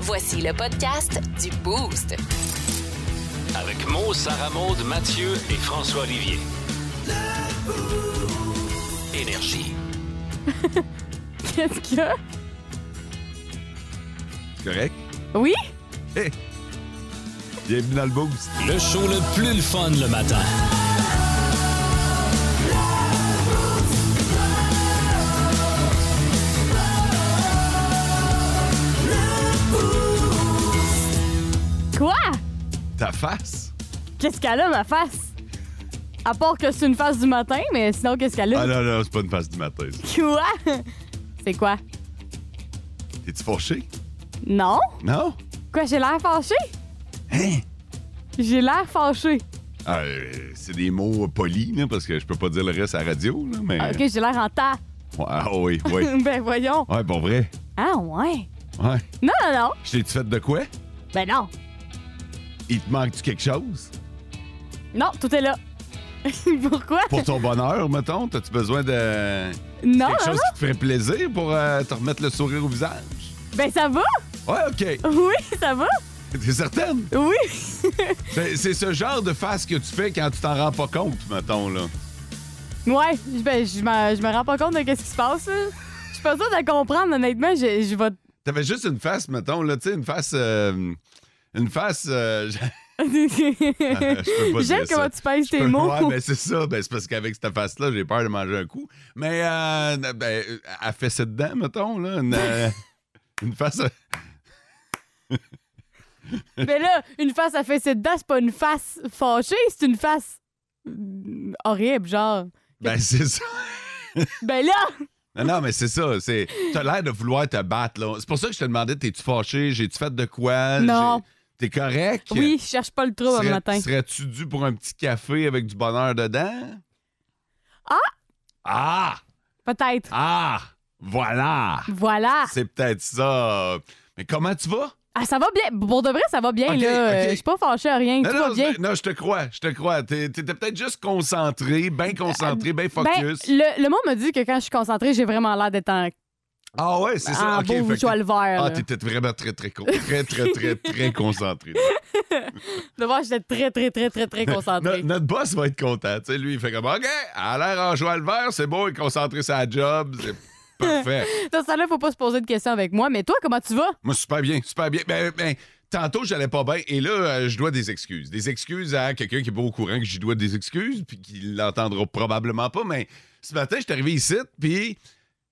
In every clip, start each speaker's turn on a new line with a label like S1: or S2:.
S1: Voici le podcast du Boost.
S2: Avec Mo, Sarah Maud, Mathieu et François Olivier. Énergie.
S3: Qu'est-ce qu'il y a?
S4: Correct?
S3: Oui?
S4: Eh. Bienvenue dans le boost.
S2: Le show le plus le fun le matin.
S3: Quoi?
S4: Ta face?
S3: Qu'est-ce qu'elle a, ma face? À part que c'est une face du matin, mais sinon, qu'est-ce qu'elle a?
S4: Ah non, non, c'est pas une face du matin. ça.
S3: Quoi? C'est quoi?
S4: T'es-tu fâché?
S3: Non?
S4: Non?
S3: Quoi, j'ai l'air fâché?
S4: Hein?
S3: J'ai l'air fâché.
S4: Ah, euh, c'est des mots polis, là, parce que je peux pas dire le reste à la radio, là, mais.
S3: Ah, Ok, j'ai l'air en tas.
S4: Ouais, ah oui, oui.
S3: ben voyons.
S4: ouais, pour vrai.
S3: Ah ouais?
S4: Ouais.
S3: Non, non, non.
S4: Je t'ai-tu fait de quoi?
S3: Ben non.
S4: Il te manque-tu quelque chose?
S3: Non, tout est là. Pourquoi?
S4: Pour ton bonheur, mettons? T'as-tu besoin de.
S3: non, non,
S4: quelque chose
S3: non.
S4: qui te ferait plaisir pour euh, te remettre le sourire au visage?
S3: Ben ça va?
S4: Ouais, OK.
S3: Oui, ça va?
S4: T'es certaine?
S3: Oui.
S4: C'est c'est ce genre de face que tu fais quand tu t'en rends pas compte, mettons, là.
S3: ouais, je- ben, je me je me rends pas compte de qu'est-ce qui se passe. là. Je suis pas sûre de comprendre, honnêtement. Je, je vais...
S4: T'avais juste une face, mettons, là, tu sais, une face. euh, une face. euh, je peux pas
S3: J'aime
S4: dire ça.
S3: comment tu pèses tes
S4: peux-
S3: mots.
S4: Ouais, ben c'est ça. Ben, c'est parce qu'avec cette face-là, j'ai peur de manger un coup. Mais, euh, ben, elle fait ça dedans, mettons, là. Une, euh, une face. euh,
S3: Mais là, une face à fessée dedans, c'est pas une face fâchée, c'est une face euh, horrible, genre.
S4: Ben, c'est ça.
S3: Ben là,
S4: Non, non, mais c'est ça. C'est... T'as l'air de vouloir te battre, là. C'est pour ça que je te demandais, t'es-tu fâché? J'ai-tu fait de quoi?
S3: Non.
S4: J'ai- T'es correct?
S3: oui, je cherche pas le trouble
S4: Serais-
S3: un matin.
S4: Serais-tu dû pour un petit café avec du bonheur dedans?
S3: Ah!
S4: Ah!
S3: Peut-être.
S4: Ah! Voilà!
S3: Voilà.
S4: C'est peut-être ça. Mais comment tu vas?
S3: Ah, ça va bien. Pour de vrai, ça va bien,
S4: Ok,
S3: là. Euh,
S4: ok.
S3: Je suis pas fâchée à rien. Tout va
S4: non,
S3: bien.
S4: ben- non, je te crois, je te crois. T'es- T'étais peut-être juste concentré, bien concentré, bien
S3: Ben,
S4: focus.
S3: le, le monde me dit que quand je suis concentrée, j'ai vraiment l'air d'être en,
S4: Ah ouais, c'est ça.
S3: en
S4: OK,
S3: beau
S4: fait que-
S3: joie le vert.
S4: Ah,
S3: là.
S4: t'étais vraiment très, très, con- très, très, très, très concentré.
S3: De voir, j'étais très, très, très, très, très
S4: No-
S3: concentrée.
S4: notre boss va être content. Tu sais, lui, il fait comme OK, à l'air en joie le vert, c'est beau, il est concentré sur la job, c'est parfait.
S3: Ça, ça, là, faut pas se poser de questions avec moi. Mais toi, comment tu vas?
S4: Moi, super bien, super bien. Ben, ben, tantôt, j'allais pas bien. Et là, euh, je dois des excuses. Des excuses à quelqu'un qui est pas au courant que j'y dois des excuses, puis qui l'entendra probablement pas. Mais ce matin, je suis arrivé ici, puis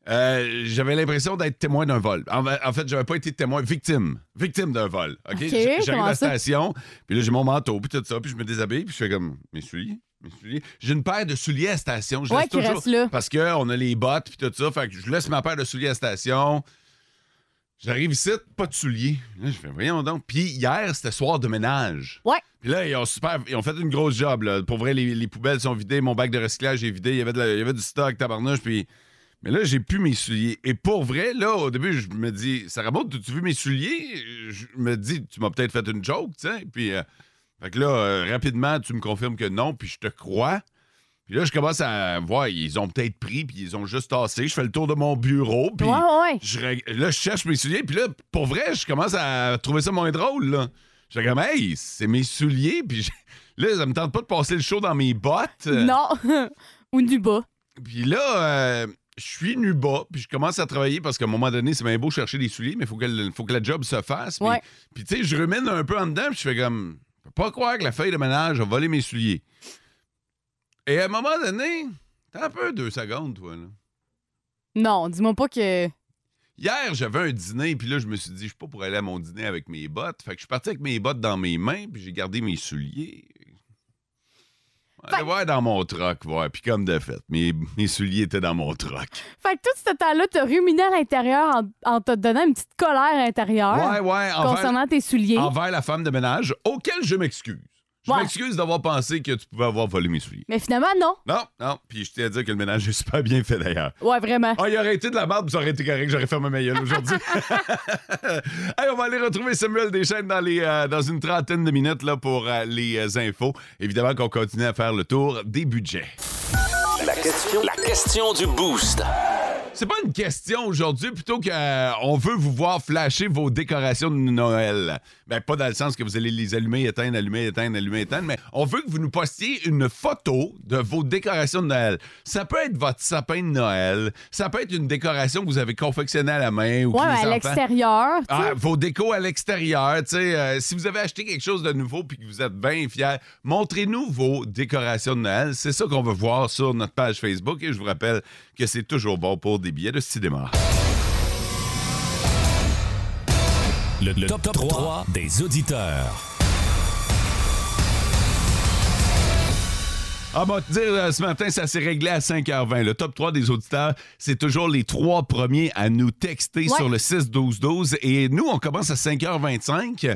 S4: euh, j'avais l'impression d'être témoin d'un vol. En, en fait, j'avais pas été témoin, victime. Victime d'un vol. OK?
S3: OK,
S4: J- J'arrive
S3: comment
S4: à la
S3: ça?
S4: station, puis là, j'ai mon manteau, puis tout ça, puis je me déshabille, puis je fais comme mes souliers. mes souliers. J'ai une paire de souliers à station. Je
S3: Ouais,
S4: laisse
S3: qui
S4: toujours-
S3: reste là.
S4: Parce qu'on a les bottes, puis tout ça. Fait que je laisse ma paire de souliers à station. J'arrive ici, pas de souliers. Là, je fais, voyons donc. Puis hier, c'était soir de ménage.
S3: Ouais.
S4: Puis là, ils ont, super, ils ont fait une grosse job. là. Pour vrai, les, les poubelles sont vidées, mon bac de recyclage est vidé, il y avait, de la- il y avait du stock, tabarnouche. Puis... Mais là, j'ai plus mes souliers. Et pour vrai, là, au début, je me dis, Sarah Maud, tu vu mes souliers? Je me dis, tu m'as peut-être fait une joke, tu sais. Puis, euh, fait que là, euh, rapidement, tu me confirmes que non, puis je te crois. Puis là, je commence à voir, ils ont peut-être pris, puis ils ont juste tassé. Je fais le tour de mon bureau, puis
S3: Ouais, ouais, ouais.
S4: je, reg- là, je cherche mes souliers, puis là, pour vrai, je commence à trouver ça moins drôle, là. Je fais comme, hey, c'est mes souliers, puis je- là, ça me tente pas de passer le show dans mes bottes.
S3: Non. Ou du bas.
S4: Puis là, euh, je suis nu bas, puis je commence à travailler parce qu'à un moment donné, c'est bien beau chercher des souliers, mais il faut, que- faut que la job se fasse. Puis-
S3: Ouais.
S4: Puis, tu sais, je remène un peu en dedans, puis je fais comme, je peux pas croire que la feuille de ménage a volé mes souliers. Et à un moment donné, t'as un peu deux secondes, toi, là.
S3: Non, dis-moi pas que.
S4: Hier, j'avais un dîner, puis là, je me suis dit, je suis pas pour aller à mon dîner avec mes bottes. Fait que je suis parti avec mes bottes dans mes mains, puis j'ai gardé mes souliers. Allez voir dans mon truck, voir. Puis comme de fait, mes, mes souliers étaient dans mon truck.
S3: Fait que tout ce temps-là, t'as ruminé à l'intérieur en, en te donnant une petite colère intérieure
S4: Ouais, ouais, envers-
S3: Ah, concernant tes souliers.
S4: Envers la femme de ménage, auquel je m'excuse. Je
S3: Ouais.
S4: m'excuse d'avoir pensé que tu pouvais avoir volé mes souliers.
S3: Mais finalement, non.
S4: Non, non. Puis je tiens à dire que le ménage est super bien fait d'ailleurs.
S3: Ouais, vraiment.
S4: Ah, il aurait été de la merde, ça aurait été correct, j'aurais fermé ma gueule aujourd'hui. Hey, on va aller retrouver Samuel Deschênes dans, les, euh, dans une trentaine de minutes là, pour euh, les euh, infos. Évidemment qu'on continue à faire le tour des budgets.
S2: La question, la question du boost.
S4: C'est pas une question aujourd'hui, plutôt qu'on veut vous voir flasher vos décorations de Noël. Ben, pas dans le sens que vous allez les allumer, éteindre, allumer, éteindre, allumer, éteindre, mais on veut que vous nous postiez une photo de vos décorations de Noël. Ça peut être votre sapin de Noël, ça peut être une décoration que vous avez confectionnée à la main ou que
S3: Ouais,
S4: les
S3: à
S4: enfants-
S3: l'extérieur. tu sais.
S4: Ah, vos décos à l'extérieur, tu sais, euh, si vous avez acheté quelque chose de nouveau puis que vous êtes bien fiers, montrez-nous vos décorations de Noël. C'est ça qu'on veut voir sur notre page Facebook et je vous rappelle que c'est toujours bon pour des billets de cinéma.
S5: Le, top, 3, des auditeurs.
S4: Ah, bon, te dire, euh, ce matin, ça s'est réglé à 5h20. Le top 3 des auditeurs, c'est toujours les trois premiers à nous texter
S3: Ouais.
S4: sur le 6-12-12. Et nous, on commence à 5h25.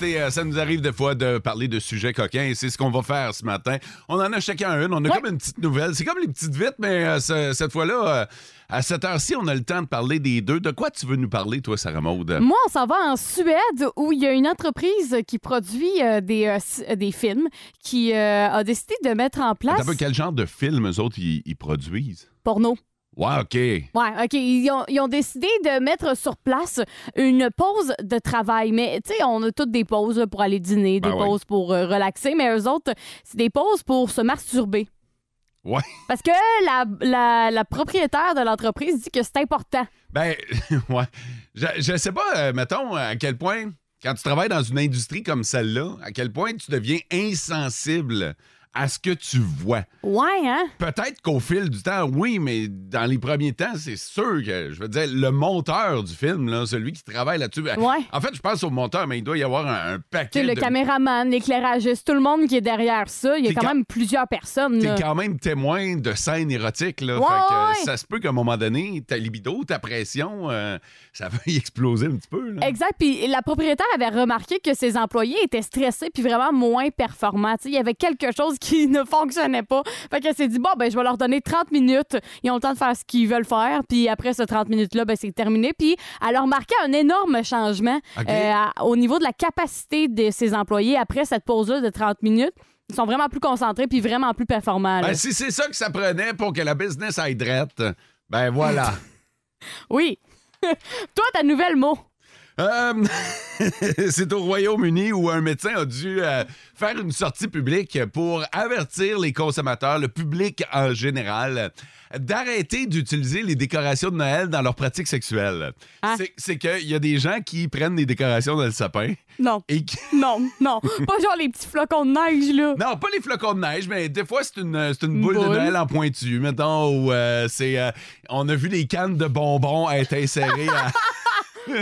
S4: Et, euh, ça nous arrive des fois de parler de sujets coquins et c'est ce qu'on va faire ce matin. On en a chacun une. On a
S3: Ouais.
S4: comme une petite nouvelle. C'est comme les petites vites, mais euh, ce- cette fois-là, euh, à cette heure-ci, on a le temps de parler des deux. De quoi tu veux nous parler, toi, Sarah Maud?
S3: Moi, on s'en va en Suède où il y a une entreprise qui produit euh, des, euh, s- euh, des films qui euh, a décidé de mettre en place
S4: T'as vu quel genre de film eux autres ils ils produisent?
S3: porno.
S4: Ouais, OK.
S3: Ouais, OK. Ils ont, ils ont décidé de mettre sur place une pause de travail. Mais, tu sais, on a toutes des pauses là, pour aller dîner,
S4: Ben
S3: des
S4: oui.
S3: pauses pour euh, relaxer. Mais eux autres, c'est des pauses pour se masturber.
S4: Ouais.
S3: Parce que la, la- la propriétaire de l'entreprise dit que c'est important.
S4: Ben, ouais. Je, je sais pas, euh, mettons, à quel point, quand tu travailles dans une industrie comme celle-là, à quel point tu deviens insensible à ce que tu vois.
S3: Ouais, hein?
S4: Peut-être qu'au fil du temps, oui, mais dans les premiers temps, c'est sûr que, je veux dire, le monteur du film, là, celui qui travaille là-dessus. ben,
S3: Ouais.
S4: En fait, je pense au monteur, mais il doit y avoir un, un
S3: Tu
S4: paquet.
S3: sais, le
S4: de...
S3: caméraman, l'éclairagiste, tout le monde qui est derrière ça. Il y a
S4: T'es
S3: quand
S4: quand-
S3: même plusieurs personnes.
S4: T'es
S3: là.
S4: quand même témoin de scènes érotiques. Là,
S3: Ouais,
S4: Fait que, euh,
S3: ouais.
S4: Ça se peut qu'à un moment donné, ta libido, ta pression, euh, ça va y exploser un petit peu. là.
S3: Exact. Puis la propriétaire avait remarqué que ses employés étaient stressés puis vraiment moins performants. Tu sais, il y avait quelque chose qui ne fonctionnait pas. Fait qu'elle s'est dit, bon, ben, je vais leur donner 30 minutes. Ils ont le temps de faire ce qu'ils veulent faire. Puis après ces 30 minutes-là, ben, c'est terminé. Puis elle a remarqué un énorme changement
S4: OK.
S3: euh, à- au niveau de la capacité de ses employés après cette pause-là de 30 minutes. Ils sont vraiment plus concentrés puis vraiment plus performants. Ah, là.
S4: Ben, si c'est ça que ça prenait pour que la business aille drette, ben voilà.
S3: Oui. Toi, ta nouvelle mot.
S4: Euh, c'est au Royaume-Uni où un médecin a dû euh, faire une sortie publique pour avertir les consommateurs, le public en général, d'arrêter d'utiliser les décorations de Noël dans leurs pratiques sexuelles.
S3: Ah.
S4: C'est- C'est qu'il y a des gens qui prennent des décorations dans le sapin
S3: Non.
S4: et qui
S3: Non, non. Pas genre les petits flocons de neige, là.
S4: Non, pas les flocons de neige, mais des fois, c'est une, c'est une boule, de
S3: Boule.
S4: Noël en pointu. Mettons, où, euh, c'est, euh, on a vu les cannes de bonbons être insérées à,
S3: Oh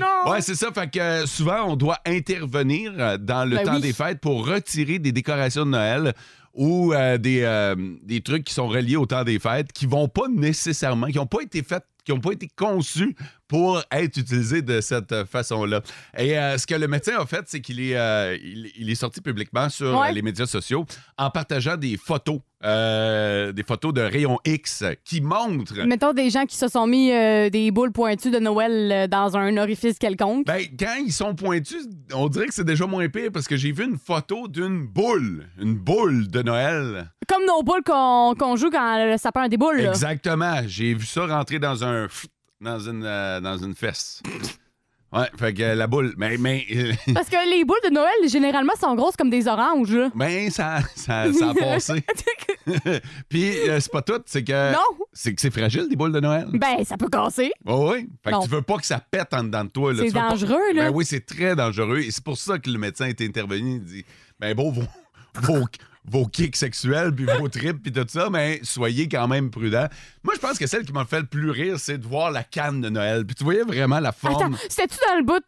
S3: non!
S4: Ouais, c'est ça. Fait que euh, souvent, on doit intervenir euh, dans le
S3: Ben
S4: temps
S3: oui.
S4: des fêtes pour retirer des décorations de Noël ou euh, des, euh, des trucs qui sont reliés au temps des fêtes qui vont pas nécessairement, qui n'ont pas été faites, qui n'ont pas été conçus pour être utilisés de cette euh, façon-là. Et euh, ce que le médecin a fait, c'est qu'il est, euh, il, il est sorti publiquement sur
S3: Ouais.
S4: euh, les médias sociaux en partageant des photos, euh, des photos de rayon X qui montrent
S3: Mettons des gens qui se sont mis euh, des boules pointues de Noël euh, dans un orifice quelconque.
S4: Ben, quand ils sont pointus, on dirait que c'est déjà moins pire parce que j'ai vu une photo d'une boule, une boule de Noël.
S3: Comme nos boules qu'on qu'on joue quand le sapin a des boules. là.
S4: Exactement. J'ai vu ça rentrer dans un. dans une, euh, dans une fesse. Ouais, fait que euh, la boule. Mais, mais,
S3: Parce que les boules de Noël, généralement, sont grosses comme des oranges. là.
S4: mais ben, ça, ça, ça a passé. Puis, euh, c'est pas tout, c'est que.
S3: Non.
S4: C'est que c'est fragile, des boules de Noël.
S3: Ben, ça peut casser.
S4: Oh oui. Fait
S3: Non.
S4: que tu veux pas que ça pète en dedans de toi. là.
S3: C'est
S4: Tu veux pas-
S3: dangereux, là.
S4: Ben oui, c'est très dangereux. Et c'est pour ça que le médecin est intervenu. Il dit Ben bon, vos, vos, vos kicks sexuels, puis vos tripes, puis tout ça, mais soyez quand même prudents. Moi, je pense que celle qui m'a fait le plus rire, c'est de voir la canne de Noël. Puis tu voyais vraiment la forme.
S3: Attends, c'était-tu dans le bout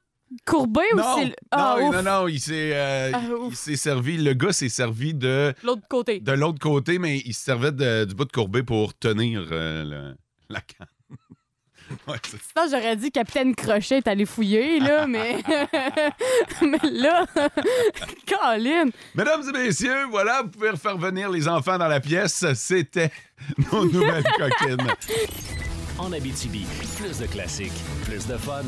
S3: courbé ou
S4: non,
S3: c'est. le-
S4: non,
S3: Ah,
S4: non,
S3: ouf,
S4: non, il s'est euh,
S3: Ah,
S4: il-
S3: ouf.
S4: il s'est servi, le gars s'est servi de,
S3: L'autre côté.
S4: de l'autre côté, mais il se servait de- du bout de courbé pour tenir euh, le- la canne. ouais, c'est
S3: Sinon, j'aurais dit Capitaine Crochet est allé fouiller, là, mais. mais là. Colin!
S4: Mesdames et messieurs, voilà, vous pouvez refaire venir les enfants dans la pièce. C'était nos nouvelles coquines.
S5: En Abitibi, plus de classiques, plus de fun.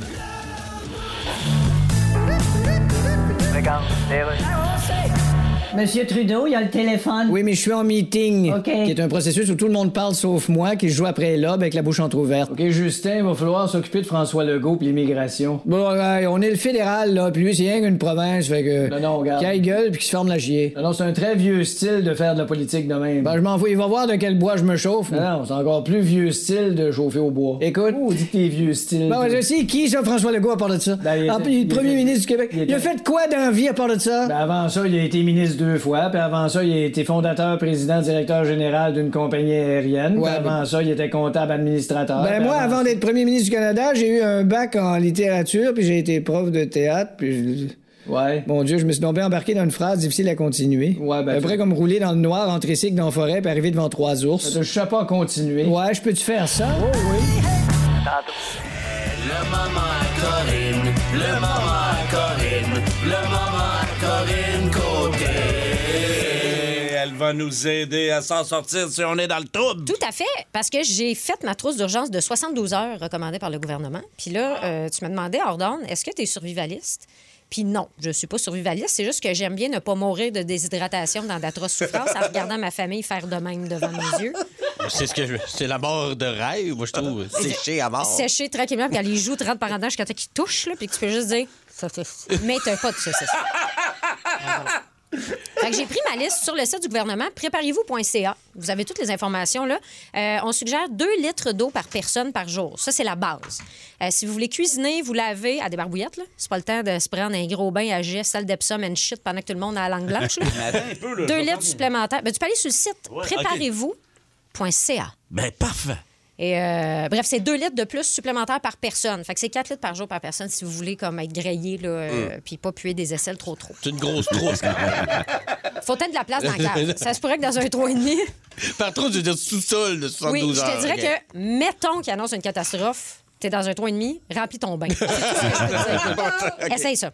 S6: Monsieur Trudeau, il y a le téléphone.
S7: Oui, mais je suis en meeting,
S6: OK.
S7: qui est un processus où tout le monde parle sauf moi, qui joue après l'aube avec la bouche entrouverte. OK, Justin, il va falloir s'occuper de François Legault puis l'immigration. Bon, ouais, on est le fédéral, là, puis lui, c'est rien qu'une province, fait que... Non, non, regarde. Qu'il gueule puis qu'il se forme la chier. Non, non, c'est un très vieux style de faire de la politique de même. Ben, je m'en fous, il va voir de quel bois je me chauffe. Non, non, c'est encore plus vieux style de chauffer au bois. Écoute... Oh, dit tes vieux styles. Ben, je sais qui, ça, François Legault, à part de ça? Ah, puis le premier ministre du Québec. Il, a fait quoi dans la vie, à part de ça? Ben, avant ça, il a été ministre deux fois, puis avant ça, il a été fondateur, président, directeur général d'une compagnie aérienne. avant ça, il était comptable administrateur. Ben moi, avant d'être premier ministre du Canada, j'ai eu un bac en littérature, puis j'ai été prof de théâtre, puis je- Mon Dieu, je me suis tombé embarqué dans une phrase difficile à continuer. Ouais, ben. Après, comme rouler dans le noir, entrer cycle dans la forêt, puis arriver devant trois ours. Ben, Je sais pas continuer. Oh, Ouais, je peux-tu faire ça?
S8: Elle va nous aider à s'en sortir si on est dans le trouble.
S9: Tout à fait, parce que j'ai fait ma trousse d'urgence de 72 heures recommandée par le gouvernement. Puis
S8: Ah.
S9: là, euh, tu me demandais, Ordonne, est-ce que tu es survivaliste? Puis non, je suis pas survivaliste. C'est juste que j'aime bien ne pas mourir de déshydratation dans d'atroces souffrances en regardant ma famille faire de même devant mes yeux.
S8: C'est ce que je- c'est la mort de rêve, moi je trouve.
S9: Ah.
S8: Séché à mort.
S9: Sécher tranquillement, puis aller jouer 30 par an jusqu'à temps qu'ils touchent, là, puis que tu peux juste dire, Ça, ça, ça. mais t'as pas de saucisse. Fait que j'ai pris ma liste sur le site du gouvernement, préparez-vous.ca. Vous avez toutes les informations là. Euh, on suggère 2 litres d'eau par personne par jour. Ça, c'est la base. Euh, si vous voulez cuisiner, vous laver à des barbouillettes, là. c'est pas le temps de se prendre un gros bain à GS, salle d'Epsom and shit pendant que tout le monde a la langue blanche. là. Deux litres supplémentaires. Ben, tu peux aller sur le site préparez-vous.ca.
S8: Ben parfait.
S9: Et euh, bref, c'est 2 litres de plus supplémentaires par personne. Fait que c'est 4 litres par jour par personne si vous voulez comme être grillé là, euh, puis pas puer des aisselles trop trop.
S8: C'est une grosse trousse quand même.
S9: Faut être de la place dans la cave. Ça se pourrait que dans un 3,5.
S8: Par trousse, je veux dire sous sol de 72
S9: Oui, je
S8: heures.
S9: te dirais que mettons qu'il annonce une catastrophe, t'es dans un 3,5, remplis ton bain. C'est tout ce que je peux te dire. Essaye ça.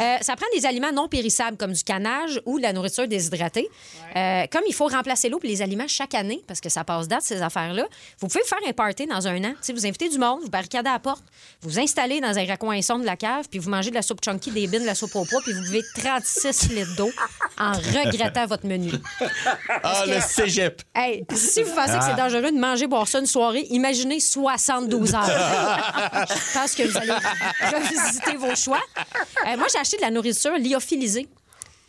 S9: Euh, ça prend des aliments non périssables comme du canage ou de la nourriture déshydratée. Euh, comme il faut remplacer l'eau et les aliments chaque année, parce que ça passe date, ces affaires-là, vous pouvez faire un party dans un an. Tu sais, vous invitez du monde, vous barricadez à la porte, vous installez dans un raccoin sombre de la cave, puis vous mangez de la soupe chunky, des bines, de la soupe au poids, puis vous buvez 36 litres d'eau en regrettant votre menu.
S8: Ah, le cégep.
S9: Hey, si vous pensez que c'est dangereux de manger, boire ça une soirée, imaginez 72 heures. je pense que vous allez revisiter vos choix. Euh, moi, j'ai acheté de la nourriture lyophilisée.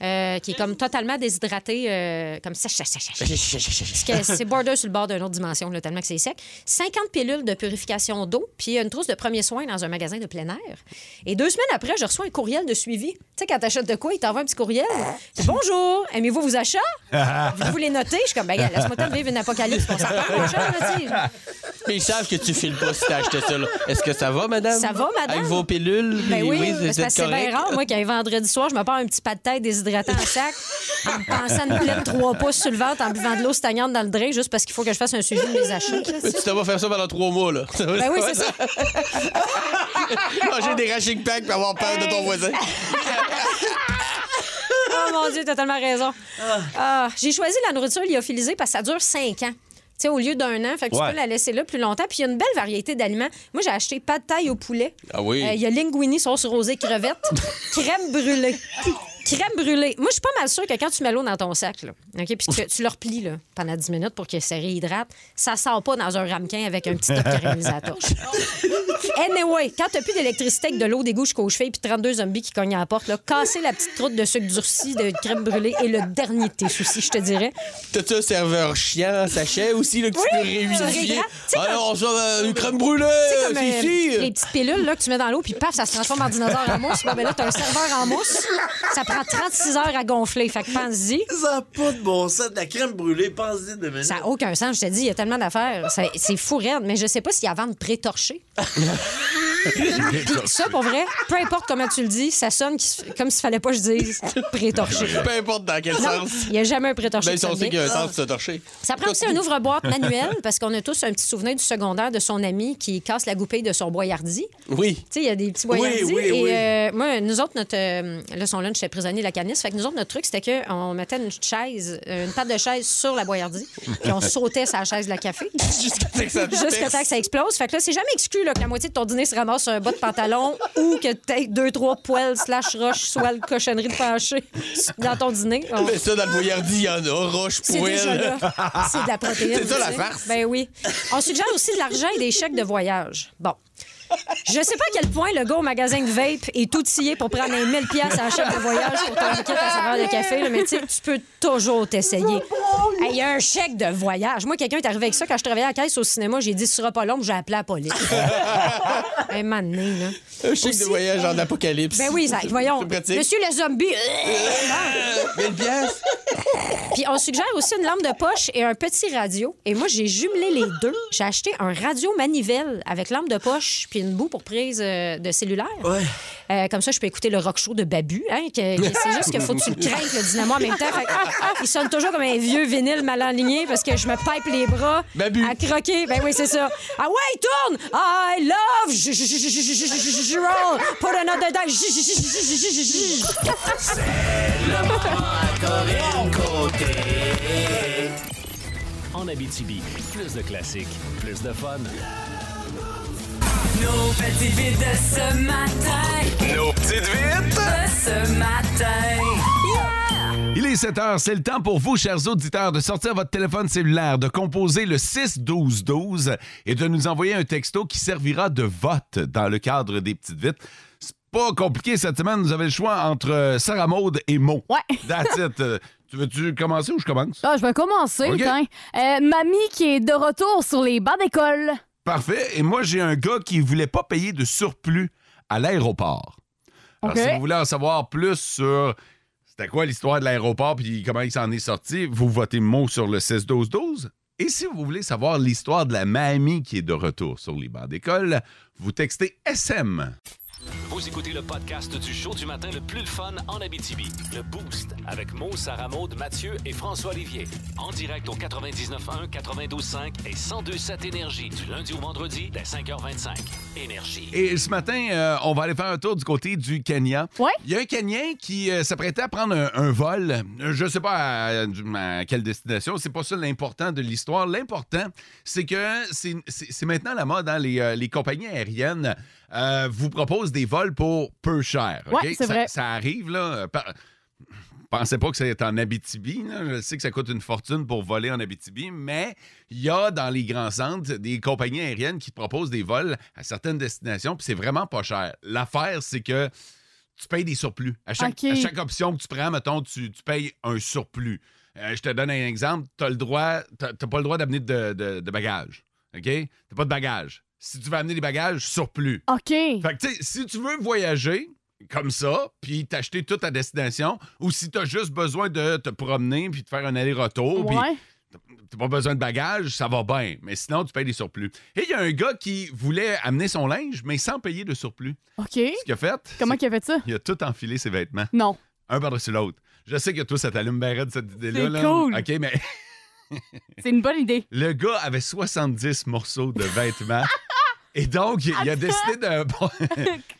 S9: euh, qui est comme totalement déshydratée, euh, comme ça. Parce que c'est border sur le bord d'une autre dimension, là, tellement que c'est sec. 50 pilules de purification d'eau, puis une trousse de premiers soins dans un magasin de plein air. Et deux semaines après, je reçois un courriel de suivi. Tu sais, quand t'achètes de quoi, il t'envoie un petit courriel. Bonjour, aimez-vous vos achats? Vous voulez noter? Je suis comme, ben, gars, laisse-moi le temps de vivre une apocalypse, on s'en parle, mon chum, là, tu sais.
S8: Mais ils savent que tu files pas si t'as acheté ça. là. Est-ce que ça va, madame?
S9: Ça va, madame?
S8: Avec vos pilules?
S9: Ben
S8: puis
S9: oui,
S8: oui, vous
S9: parce que
S8: êtes
S9: c'est bien
S8: correct?
S9: rare, moi, qu'un vendredi soir, je me prends un petit pas de tête déshydratant en sac, en me pensant une plaie de trois pouces sur le ventre, en buvant de l'eau stagnante dans le drain, juste parce qu'il faut que je fasse un suivi de mes achats.
S8: Mais tu te vas faire ça pendant trois mois, là.
S9: Ben oui, c'est ça.
S8: Manger des rashing packs puis avoir peur de ton voisin.
S9: Oh mon Dieu, t'as tellement raison. Ah, J'ai choisi la nourriture lyophilisée parce que ça dure cinq ans. Tu sais, au lieu d'un an, fait que
S4: Ouais.
S9: tu peux la laisser là plus longtemps. Puis il y a une belle variété d'aliments. Moi, j'ai acheté pas de taille au poulet.
S8: Ah oui.
S9: Euh, Il y a linguini, sauce rosée, crevette, crème brûlée. Crème brûlée. Moi, je suis pas mal sûre que quand tu mets l'eau dans ton sac, là, OK, puis que tu le replies là, pendant 10 minutes pour que ça réhydrate, ça sort pas dans un ramequin avec un petit top caramélisateur. Anyway, quand t'as plus d'électricité avec de l'eau d'égout jusqu'aux chevilles puis 32 zombies qui cognent à la porte, là, casser la petite croûte de sucre durci, de crème brûlée et le dernier de tes soucis, je te dirais.
S8: T'as-tu un serveur chiant en sachet aussi, là, que tu peux
S9: réhydrate.
S8: réutiliser?
S9: C'est
S8: Ah
S9: comme-
S8: non, ça, euh, une crème brûlée!
S9: C'est comme
S8: C'est
S9: euh,
S8: ici!
S9: les petites pilules là, que tu mets dans l'eau, puis paf, ça se transforme en dinosaure en mousse. Bon, ben là, t'as un serveur en mousse. Ça prend 36 heures à gonfler. Fait que pense-y.
S6: Ça n'a pas de bon sens. De la crème brûlée, pense-y de
S9: Ça n'a aucun sens, je te dis, il y a tellement d'affaires. Ça- C'est fou raide, mais je sais pas s'il y a à vendre pré-torché. Puis ça, pour vrai, peu importe comment tu le dis, ça sonne qui se- comme s'il fallait pas que je dise pré-torché.
S8: Peu importe dans quel
S9: Non,
S8: sens.
S9: il n'y a jamais un pré-torché.
S8: Ben,
S9: qui
S8: si on
S9: sonne
S8: sait qu'il y
S9: bien.
S8: a un sens pour se torcher.
S9: Ça prend aussi un ouvre-boîte manuel, parce qu'on a tous un petit souvenir du secondaire de son ami qui casse la goupille de son boyardi.
S8: Oui.
S9: Tu sais, il y a des petits voyagers.
S6: oui,
S9: et
S6: oui.
S9: euh, moi, nous autres, notre. euh, là, son lunch, j'étais prisonnier de la canisse. Fait que nous autres, notre truc, c'était qu'on mettait une chaise, euh, une table de chaise sur la boyardie, puis on sautait sa chaise de la café.
S8: Jusqu'à temps que ça te
S9: Jusqu'à temps que ça explose. Fait que là, c'est jamais exclu là, que la moitié de ton dîner se ramasse sur un bas de pantalon ou que t'aies deux, trois poêles slash roche, soit le cochonnerie de pencher dans ton dîner. On-
S8: Mais ça, dans le boyardi, il y en a. Roche,
S9: Ah. c'est déjà
S8: poêle.
S9: là. C'est de la protéine.
S8: C'est ça, la
S9: tu sais.
S8: farce.
S9: Ben oui. On suggère aussi de l'argent et des chèques de voyage. Bon. Je sais pas à quel point le gars au magasin de vape est outillé pour prendre un 1000 pièces en chèque de voyage pour ton week à saveur de café, là, mais tu sais, tu peux toujours t'essayer. Hey, Il y a un chèque de voyage. Moi, quelqu'un est arrivé avec ça quand je travaillais à la caisse au cinéma. J'ai dit, ce sera pas long, puis j'ai appelé la police. un moment donné, là.
S8: Un chèque de voyage en apocalypse.
S9: Ben oui, ça, voyons.
S8: C'est pratique. Euh,
S9: Monsieur le zombie. euh, Non.
S8: Belle pièce.
S9: Puis on suggère aussi une lampe de poche et un petit radio. Et moi, j'ai jumelé les deux. J'ai acheté un radio manivelle avec lampe de poche puis une boue pour prise euh, de cellulaire.
S6: Ouais.
S9: Euh, comme ça, je peux écouter le rock show de Babu. Hein, que- que c'est juste qu'il faut que tu le craignes, le dynamo en même temps. Fait que, ah, ah, il sonne toujours comme un vieux vinyle mal aligné parce que je me pipe les bras
S8: Babu.
S9: à croquer. Ben oui, c'est ça. Ah ouais, il tourne! I love j- j- j- j- j- j- j- j- roll. Put another day. J- j- j- j- j- j- j-
S5: En Abitibi, plus de classiques, plus de fun.
S10: Nos petites vites de ce matin,
S2: Nos petites vites!
S10: de ce matin.
S4: Il est 7 heures, c'est le temps pour vous, chers auditeurs, de sortir votre téléphone cellulaire, de composer le 6-12-12 et de nous envoyer un texto qui servira de vote dans le cadre des petites vites. C'est pas compliqué cette semaine, vous avez le choix entre euh, Sarah Maude et Mo.
S3: Ouais.
S4: That's it. Euh, Tu veux-tu commencer ou je commence?
S3: Ah, je vais commencer,
S4: OK.
S3: tiens. Euh, mamie qui est de retour sur les bancs d'école.
S4: Parfait. Et moi, j'ai un gars qui voulait pas payer de surplus à l'aéroport. Alors,
S3: OK.
S4: si vous voulez en savoir plus sur c'était quoi l'histoire de l'aéroport puis comment il s'en est sorti, vous votez mot sur le 16-12-12. Et si vous voulez savoir l'histoire de la mamie qui est de retour sur les bancs d'école, vous textez SM.
S2: Vous écoutez le podcast du show du matin le plus le fun en Abitibi. Le Boost avec Mo, Sarah Maud, Mathieu et François Olivier. En direct au 99.1, 92.5 et 102.7 Énergie du lundi au vendredi dès 5h25. Énergie.
S4: Et ce matin, euh, on va aller faire un tour du côté du Kenya.
S3: Ouais.
S4: Il y a un Kenyan qui euh, s'apprêtait à prendre un, un vol. Euh, Je ne sais pas à, à quelle destination. C'est pas ça l'important de l'histoire. L'important, c'est que c'est c'est- c'est maintenant la mode. hein. Les, euh, les compagnies aériennes euh, vous proposent des vols pour peu cher. OK?
S3: Ouais, c'est
S4: Ça-
S3: vrai.
S4: Ça arrive, là. euh, par- pensais pas que ça était en Abitibi. là. Je sais que ça coûte une fortune pour voler en Abitibi, mais il y a dans les grands centres des compagnies aériennes qui te proposent des vols à certaines destinations, puis c'est vraiment pas cher. L'affaire, c'est que tu payes des surplus. À chaque,
S3: OK.
S4: à chaque option que tu prends, mettons, tu, tu payes un surplus. Euh, je te donne un exemple. Tu le droit, t'as t'as pas le droit d'amener de, de- de bagages. OK? T'as pas de bagages. Si tu veux amener des bagages, surplus.
S3: OK.
S4: Fait que, tu sais, si tu veux voyager comme ça, puis t'acheter toute ta destination, ou si t'as juste besoin de te promener puis de faire un aller-retour, puis
S3: Ouais.
S4: t'as pas besoin de bagages, ça va bien. Mais sinon, tu payes des surplus. Et il y a un gars qui voulait amener son linge, mais sans payer de surplus.
S3: OK.
S4: Ce qu'il a fait,
S3: Comment qu'il a fait ça?
S4: il a tout enfilé ses vêtements.
S3: Non.
S4: Un par-dessus l'autre. Je sais que toi, ça t'allume bien raide, cette idée-là.
S3: C'est
S4: là.
S3: cool.
S4: OK, mais
S3: C'est une bonne idée.
S4: le gars avait 70 morceaux de vêtements. et donc, il, il a décidé de...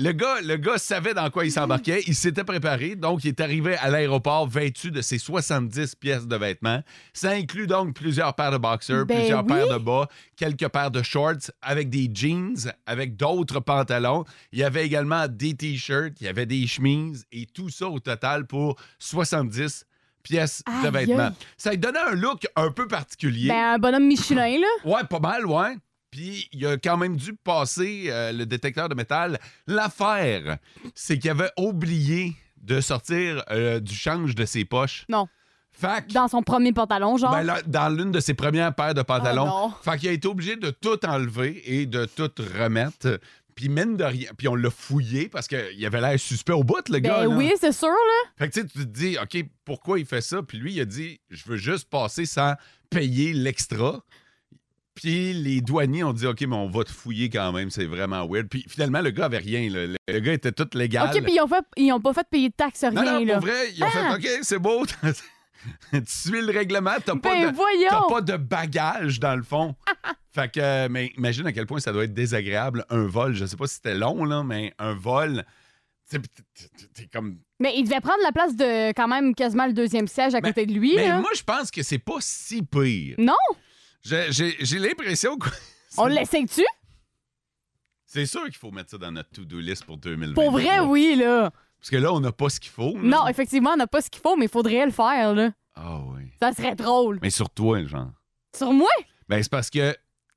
S4: Le gars, le gars savait dans quoi il s'embarquait. Il s'était préparé. Donc, il est arrivé à l'aéroport vêtu de ses 70 pièces de vêtements. Ça inclut donc plusieurs paires de boxers,
S11: Ben
S4: plusieurs
S11: oui.
S4: paires de bas, quelques paires de shorts avec des jeans, avec d'autres pantalons. Il y avait également des t-shirts, il y avait des chemises et tout ça au total pour 70 pièces de
S3: Aïe,
S4: vêtements.
S3: aïe.
S4: Ça lui donnait un look un peu particulier.
S3: Ben, un bonhomme Michelin, là.
S4: Ouais, pas mal, ouais. Puis il a quand même dû passer euh, le détecteur de métal. L'affaire, c'est qu'il avait oublié de sortir euh, du change de ses poches.
S3: Non.
S4: Fac.
S3: Dans son premier pantalon, genre.
S4: Ben là, dans l'une de ses premières paires de pantalons.
S3: Oh non.
S4: fait qu'il a été obligé de tout enlever et de tout remettre. Puis mine de rien. Puis on l'a fouillé parce qu'il avait l'air suspect au bout,
S3: Ben
S4: le gars. là.
S3: oui, c'est sûr, là.
S4: Fait que tu sais, tu te dis, OK, pourquoi il fait ça? Puis lui, il a dit, je veux juste passer sans payer l'extra. Puis les douaniers ont dit, OK, mais on va te fouiller quand même, c'est vraiment weird. Puis finalement, le gars avait rien. là. Le, le gars était tout légal.
S3: OK, puis ils ont, fait, ils ont pas fait payer de taxes, rien,
S4: non, non,
S3: là.
S4: pour vrai, ils ont
S3: Ah!
S4: fait, OK, c'est beau. tu suis le règlement, t'as
S3: Ben
S4: pas, de-
S3: voyons!
S4: t'as pas de bagage dans le fond. fait que, euh, mais imagine à quel point ça doit être désagréable, un vol. Je sais pas si c'était long, là, mais un vol, tu sais, puis t'es- t'es- t'es comme...
S3: Mais il devait prendre la place de, quand même, quasiment le deuxième siège à côté de lui,
S4: Mais
S3: là.
S4: Ben, moi, je pense que c'est pas si pire.
S3: Non?
S4: J'ai- J'ai j'ai l'impression que.
S3: On l'essaie-tu?
S4: C'est sûr qu'il faut mettre ça dans notre to-do list pour 2020.
S3: Pour vrai, oui, là.
S4: Parce que là, on n'a pas ce qu'il faut. là.
S3: Non, effectivement, on n'a pas ce qu'il faut, mais il faudrait le faire, là.
S4: ben, Ah oui.
S3: Ça serait drôle.
S4: Mais sur toi, genre.
S3: Sur moi?
S4: Ben, c'est parce que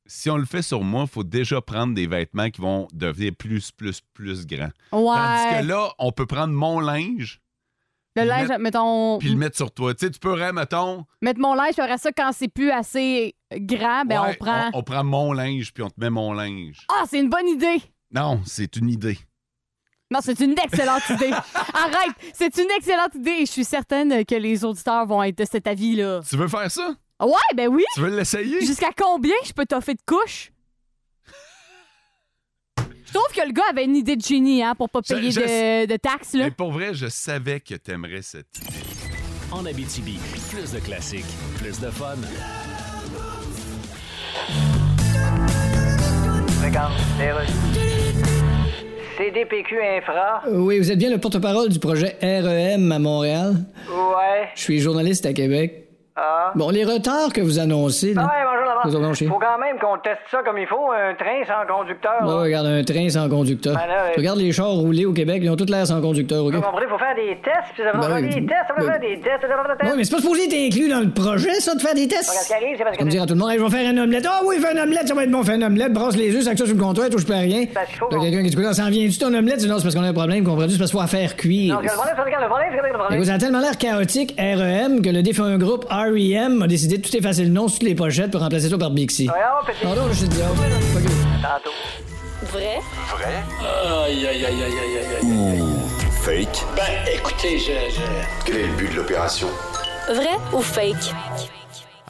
S4: si on le fait sur moi, il faut déjà prendre des vêtements qui vont devenir plus, plus, plus grands.
S3: Ouais.
S4: Tandis que là, on peut prendre mon linge
S3: Le linge,
S4: mettre-
S3: mettons.
S4: puis le mettre sur toi. Tu sais, tu pourrais, mettons.
S3: Mettre mon linge, puis après ça, quand c'est plus assez grand, ben
S4: ouais,
S3: on prend.
S4: on prend mon linge, puis on te met mon linge.
S3: Ah, c'est une bonne idée!
S4: Non, c'est une idée.
S3: Non, c'est une excellente idée. Arrête! C'est une excellente idée et je suis certaine que les auditeurs vont être de cet avis-là.
S4: Tu veux faire ça?
S3: Ouais, ben oui!
S4: Tu veux l'essayer?
S3: Jusqu'à combien je peux t'offrir de couches? Je trouve que le gars avait une idée de génie, hein, pour pas
S4: Je-
S3: payer
S4: je
S3: de-
S4: sais.
S3: de, taxes, là.
S4: Mais pour vrai, je savais que t'aimerais cette idée.
S5: En Abitibi, plus de classiques, plus de fun.
S12: CDPQ Infra.
S7: Euh, Oui, vous êtes bien le porte-parole du projet REM à Montréal.
S12: Ouais.
S7: Je suis journaliste à Québec. Bon, les retards que vous annoncez,
S12: Ah.
S7: là.
S12: Ouais, bonjour
S7: Nous avons chier.
S12: Ah, Faut quand même qu'on teste ça comme il faut, un train sans conducteur.
S7: Ouais, regarde, un train sans conducteur.
S12: Ben là, ouais. Ah,
S7: Regarde les chars roulés au Québec, ils ont toute l'air sans conducteur, OK?
S12: Vous comprenez, faut faire des tests, puis ça va
S7: Ben
S12: faire
S7: oui.
S12: des tests, ça va
S7: Ben-
S12: faire des tests, ça va faire des
S7: Oui,
S12: tests.
S7: mais c'est pas supposé être inclus dans le projet, ça, de faire des tests?
S12: Regarde, ce qui arrive, c'est parce que
S7: Comme dire à tout le monde, Hey, je vais faire un omelette. Ah oui, fais un omelette, ça va être bon, fais un omelette, brasse les œufs, sac ça sur le comptoir, touche pas à rien. T'as quelqu'un qui dit, Coudonc, ça en vient-tu ton omelette? Non, c'est parce qu'on a un problème, comprends-tu? C'est parce qu'il faut la faire cuire.
S12: Non, regarde, le problème, c'est- regarde, le problème, c'est- regarde, le
S7: Mais
S12: problème.
S7: vous avez tellement l'air chaotique, REM, que le défunt groupe REM a décidé de tout effacer le nom sur toutes les pochettes pour remplacer ça par Bixi. Pardon, je suis dit, oh, fuck you.
S13: Vrai?
S14: Vrai? Aïe, aïe, aïe, aïe, aïe, aïe, aïe. Fake? Ben, écoutez, je, Quel est le but de l'opération?
S13: Vrai ou fake?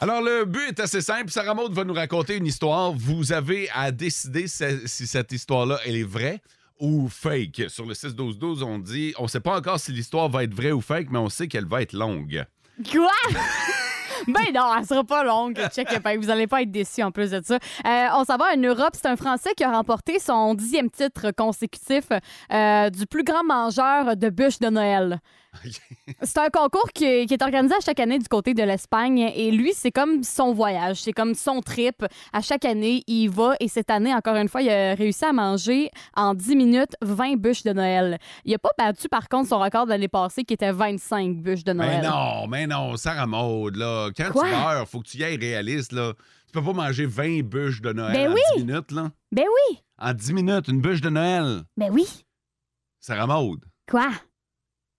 S4: Alors, le but est assez simple. Sarah Maud va nous raconter une histoire. Vous avez à décider si, si cette histoire-là, elle est vraie ou fake. Sur le 6-12-12, on dit... On sait pas encore si l'histoire va être vraie ou fake, mais on sait qu'elle va être longue.
S3: Quoi? Ben non, elle sera pas longue. Check bien. Vous allez pas être déçus en plus de ça. Euh, on s'en va en Europe. C'est un Français qui a remporté son dixième titre consécutif euh, du plus grand mangeur de bûches de Noël. C'est un concours qui, qui est organisé à chaque année du côté de l'Espagne. Et lui, c'est comme son voyage, c'est comme son trip. À chaque année, il y va. Et cette année, encore une fois, il a réussi à manger en 10 minutes 20 bûches de Noël. Il a pas battu, par contre, son record de l'année passée qui était 25 bûches de Noël.
S4: Mais Ben non, mais non, Sarah Maud, là. Quand
S3: Quoi?
S4: tu meurs, faut que tu y ailles réaliste, là. Tu peux pas manger 20 bûches de Noël
S3: Ben
S4: en
S3: oui!
S4: 10 minutes, là.
S3: Ben oui!
S4: En 10 minutes, une bûche de Noël.
S3: Ben oui.
S4: Sarah Maud,
S3: Quoi?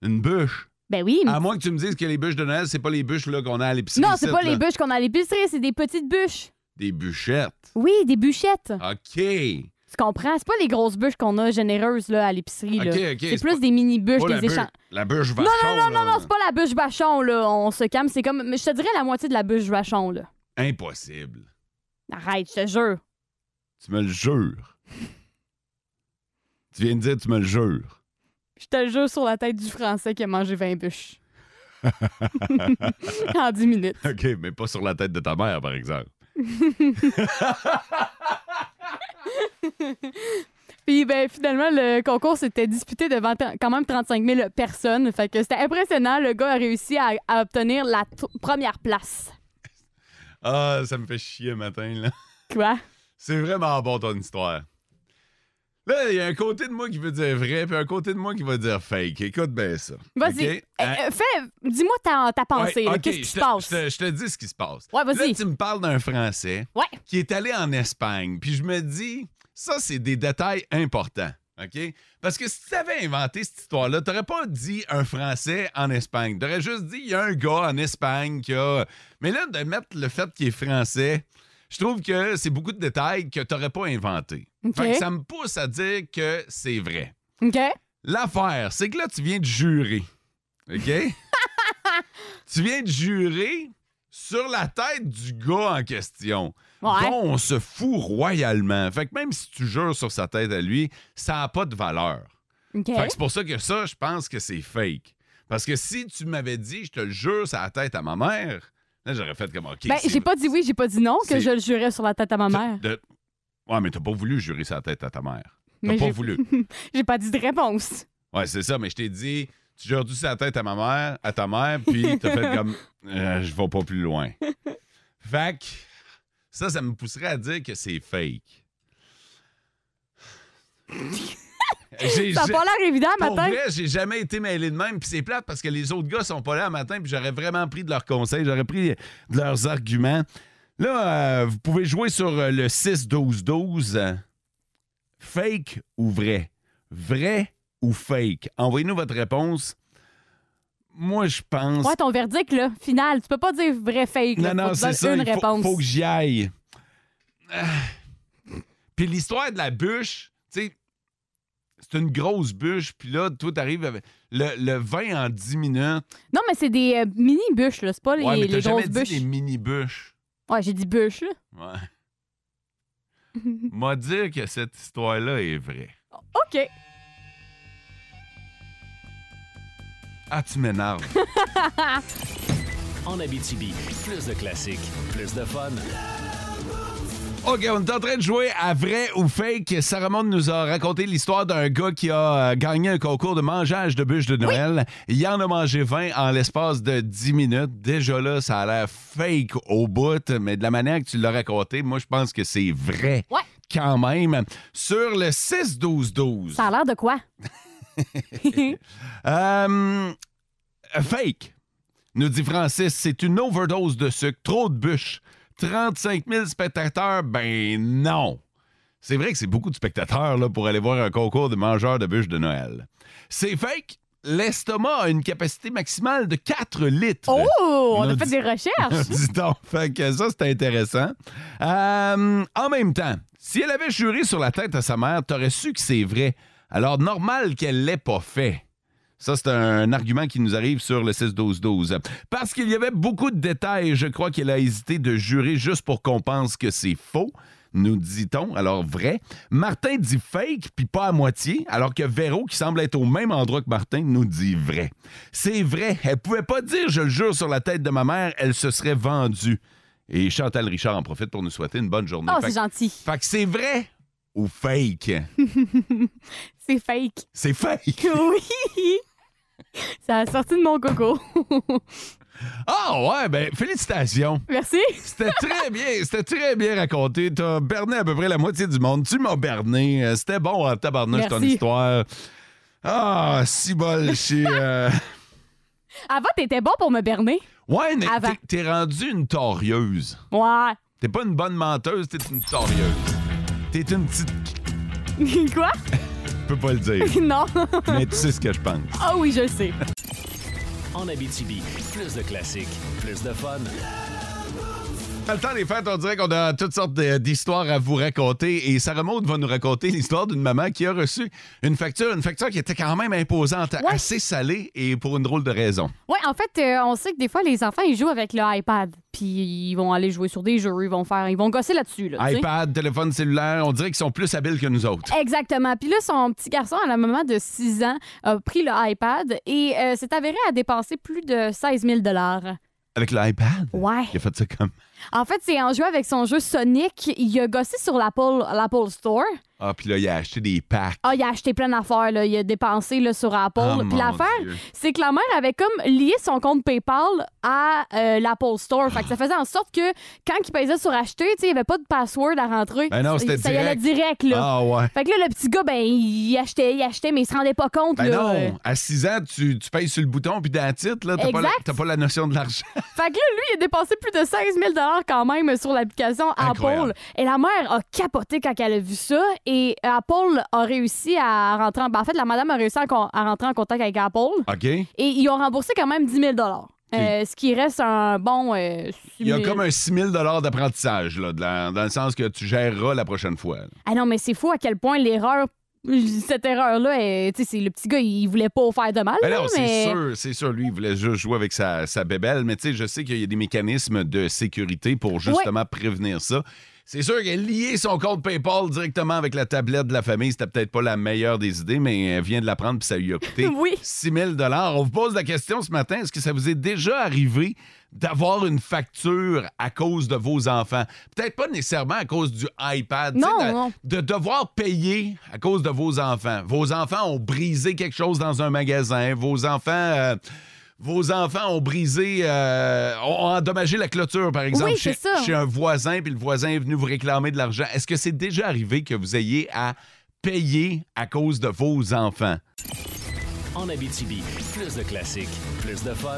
S4: une bûche.
S3: Ben oui.
S4: À moins que tu me dises que les bûches de Noël, c'est pas les bûches là, qu'on a à l'épicerie.
S3: Non, c'est
S4: ici,
S3: pas
S4: là.
S3: les bûches qu'on a à l'épicerie, c'est des petites bûches.
S4: Des bûchettes.
S3: Oui, des bûchettes.
S4: OK.
S3: Tu comprends? C'est pas les grosses bûches qu'on a généreuses là, à l'épicerie. là.
S4: Ok, ok,
S3: c'est
S4: c'est
S3: plus
S4: pas-
S3: des mini-bûches,
S4: Pas la
S3: des
S4: bûche-
S3: échanges.
S4: La bûche
S3: Non,
S4: vachon.
S3: non, non, non,
S4: là.
S3: non, c'est pas la bûche vachon, là. On se calme. C'est comme. Je te dirais la moitié de la bûche vachon, là.
S4: Impossible.
S3: Arrête, je te jure.
S4: Tu me le jures. tu viens de dire, tu me le jures.
S3: Je te jure sur la tête du Français qui a mangé 20 bûches. en 10 minutes.
S4: OK, mais pas sur la tête de ta mère, par exemple.
S3: Puis ben, finalement, le concours s'était disputé devant t- quand même 35 000 personnes. Fait que c'était impressionnant. Le gars a réussi à, à obtenir la t- première place.
S4: Ah, ça me fait chier le matin, là.
S3: Quoi?
S4: C'est vraiment bon, ton histoire. Là, il y a un côté de moi qui veut dire vrai, puis un côté de moi qui va dire fake. Écoute bien ça.
S3: Vas-y.
S4: OK?
S3: Eh,
S4: Hein?
S3: eh, fais, dis-moi ta, ta pensée.
S4: Ouais,
S3: là.
S4: ok,
S3: Qu'est-ce qui
S4: je
S3: se
S4: te-
S3: passe?
S4: Je te, je te dis ce qui se passe.
S3: Ouais, vas-y.
S4: Là, tu me parles d'un Français qui est allé en Espagne. Puis je me dis, ça, c'est des détails importants. OK? Parce que si tu avais inventé cette histoire-là, tu n'aurais pas dit un Français en Espagne. Tu aurais juste dit, il y a un gars en Espagne qui a. Mais là, de mettre le fait qu'il est Français, je trouve que c'est beaucoup de détails que tu n'aurais pas inventés.
S3: OK.
S4: Fait que ça me pousse à dire que c'est vrai.
S3: OK?
S4: L'affaire, c'est que là, tu viens de jurer. OK? tu viens de jurer sur la tête du gars en question.
S14: Ouais.
S4: dont on se fout royalement. Fait que même si tu jures sur sa tête à lui, ça n'a pas de valeur.
S3: OK.
S4: Fait que c'est pour ça que ça, je pense que c'est fake. Parce que si tu m'avais dit, je te le jure, sur la tête à ma mère, là, j'aurais fait comme, OK.
S3: ben,
S4: c'est
S3: j'ai pas dit oui, j'ai pas dit non, que
S4: c'est-
S3: je le jurais sur la tête à ma mère.
S4: de- Ouais, mais t'as pas voulu jurer sa tête à ta mère. T'as
S3: Mais
S4: pas
S3: j'ai-
S4: voulu.
S3: J'ai pas dit de réponse.
S4: Ouais, c'est ça, mais je t'ai dit, tu jures du la tête à ma mère, à ta mère, puis t'as fait comme Euh, je vais pas plus loin. Fait que ça, ça me pousserait à dire que c'est fake. J'ai-
S3: Ça a
S4: j'ai-
S3: pas l'air évident,
S4: Pour
S3: matin.
S4: vrai, j'ai jamais été mêlé de même, puis c'est plate parce que les autres gars sont pas là le matin, puis j'aurais vraiment pris de leurs conseils, j'aurais pris de leurs arguments. Là, euh, vous pouvez jouer sur euh, le 6-12-12. euh, Fake ou vrai? Vrai ou fake? Envoyez-nous votre réponse. Moi, je pense.
S3: Ouais, ton verdict, là, final. Tu peux pas dire vrai fake. là.
S4: non, non,
S3: Faut te
S4: c'est
S3: donner
S4: ça.
S3: une
S4: il faut,
S3: réponse.
S4: faut que j'y aille. Ah. Puis l'histoire de la bûche, tu sais, c'est une grosse bûche, puis là, toi, t'arrives avec le, le vin en 10 minutes.
S3: Non, mais c'est des euh, mini-bûches, là. C'est pas les,
S4: ouais, mais
S3: les
S4: t'as jamais
S3: grosses
S4: dit
S3: bûches.
S4: des mini-bûches.
S3: Ouais, j'ai dit bûches, là.
S4: Ouais. M'a dire que cette histoire-là est vraie.
S3: OK.
S4: Ah, tu m'énerves.
S5: En Abitibi, plus de classiques, plus de fun.
S4: OK, on est en train de jouer à vrai ou fake. Sarah Maud nous a raconté l'histoire d'un gars qui a euh, gagné un concours de mangeage de bûches de Noël. Il en a mangé 20 en l'espace de 10 minutes. Déjà là, ça a l'air fake au bout, mais de la manière que tu l'as raconté, moi, je pense que c'est vrai.
S3: Ouais.
S4: Quand même. Sur le 6-12-12.
S3: Ça a l'air de quoi?
S4: Euh, fake, nous dit Francis, c'est une overdose de sucre, trop de bûches. 35 000 spectateurs, ben non. C'est vrai que c'est beaucoup de spectateurs là, pour aller voir un concours de mangeurs de bûches de Noël. C'est fake. L'estomac a une capacité maximale de 4 litres.
S3: Oh, on a
S4: Nous
S3: fait
S4: dit-
S3: des recherches.
S4: Dis donc, fait que ça, c'est intéressant. Euh, en même temps, si elle avait juré sur la tête à sa mère, t'aurais su que c'est vrai. Alors, normal qu'elle l'ait pas fait. Ça, c'est un argument qui nous arrive sur le 6-12-12. Parce qu'il y avait beaucoup de détails, je crois qu'elle a hésité de jurer juste pour qu'on pense que c'est faux, nous dit-on, alors vrai. Martin dit fake, puis pas à moitié, alors que Véro, qui semble être au même endroit que Martin, nous dit vrai. C'est vrai, elle pouvait pas dire je le jure sur la tête de ma mère, elle se serait vendue. Et Chantal Richard en profite pour nous souhaiter une bonne journée.
S3: Oh,
S4: Fait
S3: c'est
S4: que-
S3: gentil.
S4: Fait que c'est vrai ou fake?
S3: C'est fake.
S4: C'est fake!
S3: Oui! Ça a sorti de mon coco.
S4: Ah ouais, ben félicitations.
S3: Merci.
S4: C'était très bien, c'était très bien raconté. T'as berné à peu près la moitié du monde. Tu m'as berné. Euh, C'était bon en tabarnouche ton
S3: Merci.
S4: histoire. Ah, si bol, je suis, euh,
S3: Avant, t'étais bon pour me berner.
S4: Ouais, mais
S3: Avant.
S4: t'es- t'es rendue une torieuse.
S3: Ouais.
S4: T'es pas une bonne menteuse, t'es une torieuse. T'es une petite...
S3: Quoi?
S4: Je peux pas le dire.
S3: non.
S4: mais tu sais ce que je pense.
S3: Ah oui, je le sais.
S5: En Abitibi, plus de classiques, plus de fun.
S4: Dans le temps des fêtes, on dirait qu'on a toutes sortes de- d'histoires à vous raconter. Et Sarah Maud va nous raconter l'histoire d'une maman qui a reçu une facture, une facture qui était quand même imposante, assez salée et pour une drôle de raison.
S3: Oui, en fait, euh, on sait que des fois, les enfants, ils jouent avec le iPad. Puis ils vont aller jouer sur des jeux, ils vont faire, ils vont gosser là-dessus. Là, tu sais.
S4: iPad, téléphone cellulaire, on dirait qu'ils sont plus habiles que nous autres.
S3: Exactement. Puis là, son petit garçon, à la maman de 6 ans, a pris le iPad et euh, s'est avéré à dépenser plus de 16 000
S4: Avec l'iPad?
S3: Ouais.
S4: Il a fait ça comme.
S3: En fait, c'est en jouant avec son jeu Sonic, il a gossé sur l'Apple, l'Apple Store.
S4: Ah, puis là, il a acheté des packs.
S3: Ah, il a acheté plein d'affaires, là. il a dépensé là, sur Apple.
S4: Ah,
S3: Puis
S4: mon
S3: l'affaire,
S4: Dieu.
S3: c'est que la mère avait comme lié son compte PayPal à euh, l'Apple Store. Fait que ça faisait en sorte que quand il payait sur acheter, tu sais, il n'y avait pas de password à rentrer.
S4: Ben non, c'était
S3: Ça y allait
S4: direct.
S3: direct. Là.
S4: Ah, ouais.
S3: Fait que là, le petit gars, ben, il achetait, il achetait, mais il se rendait pas compte.
S4: Ben
S3: là. euh,
S4: non, à 6 ans, tu, tu payes sur le bouton, puis dans la titre, là, t'as pas, la-
S3: Exact.
S4: t'as pas la notion de l'argent.
S3: Fait que là, lui, il a dépensé plus de 16 000 quand même sur l'application Apple.
S4: Incroyable.
S3: Et la mère a capoté quand elle a vu ça. Et Apple a réussi à rentrer en... ben, en fait, la madame a réussi à, con- à rentrer en contact avec Apple.
S4: OK?
S3: Et ils ont remboursé quand même 10 000 Euh, Ce qui reste un bon... euh,
S4: Il y a
S3: 6 000.
S4: comme un 6 000 d'apprentissage, là, de la- dans le sens que tu géreras la prochaine fois. là.
S3: Ah non, mais c'est fou à quel point l'erreur... Cette erreur-là, elle- tu sais, c'est- le petit gars, il voulait pas faire de mal.
S4: Ben
S3: là,
S4: non,
S3: mais...
S4: c'est sûr, c'est sûr. Lui, il voulait juste jouer avec sa, sa bébelle, mais tu sais, je sais qu'il y a des mécanismes de sécurité pour justement prévenir ça. C'est sûr que lier son compte PayPal directement avec la tablette de la famille, c'était peut-être pas la meilleure des idées, mais elle vient de l'apprendre puis ça lui a coûté 6 000 On vous pose la question ce matin, est-ce que ça vous est déjà arrivé d'avoir une facture à cause de vos enfants? Peut-être pas nécessairement à cause du iPad. tu sais,
S3: Non,
S4: de-
S3: non.
S4: de devoir payer à cause de vos enfants. Vos enfants ont brisé quelque chose dans un magasin. Vos enfants. euh, vos enfants ont brisé, euh, ont endommagé la clôture, par exemple,
S3: Oui,
S4: chez,
S3: c'est ça.
S4: chez un voisin, puis le voisin est venu vous réclamer de l'argent. Est-ce que c'est déjà arrivé que vous ayez à payer à cause de vos enfants?
S5: En Abitibi, plus de classiques, plus de fun.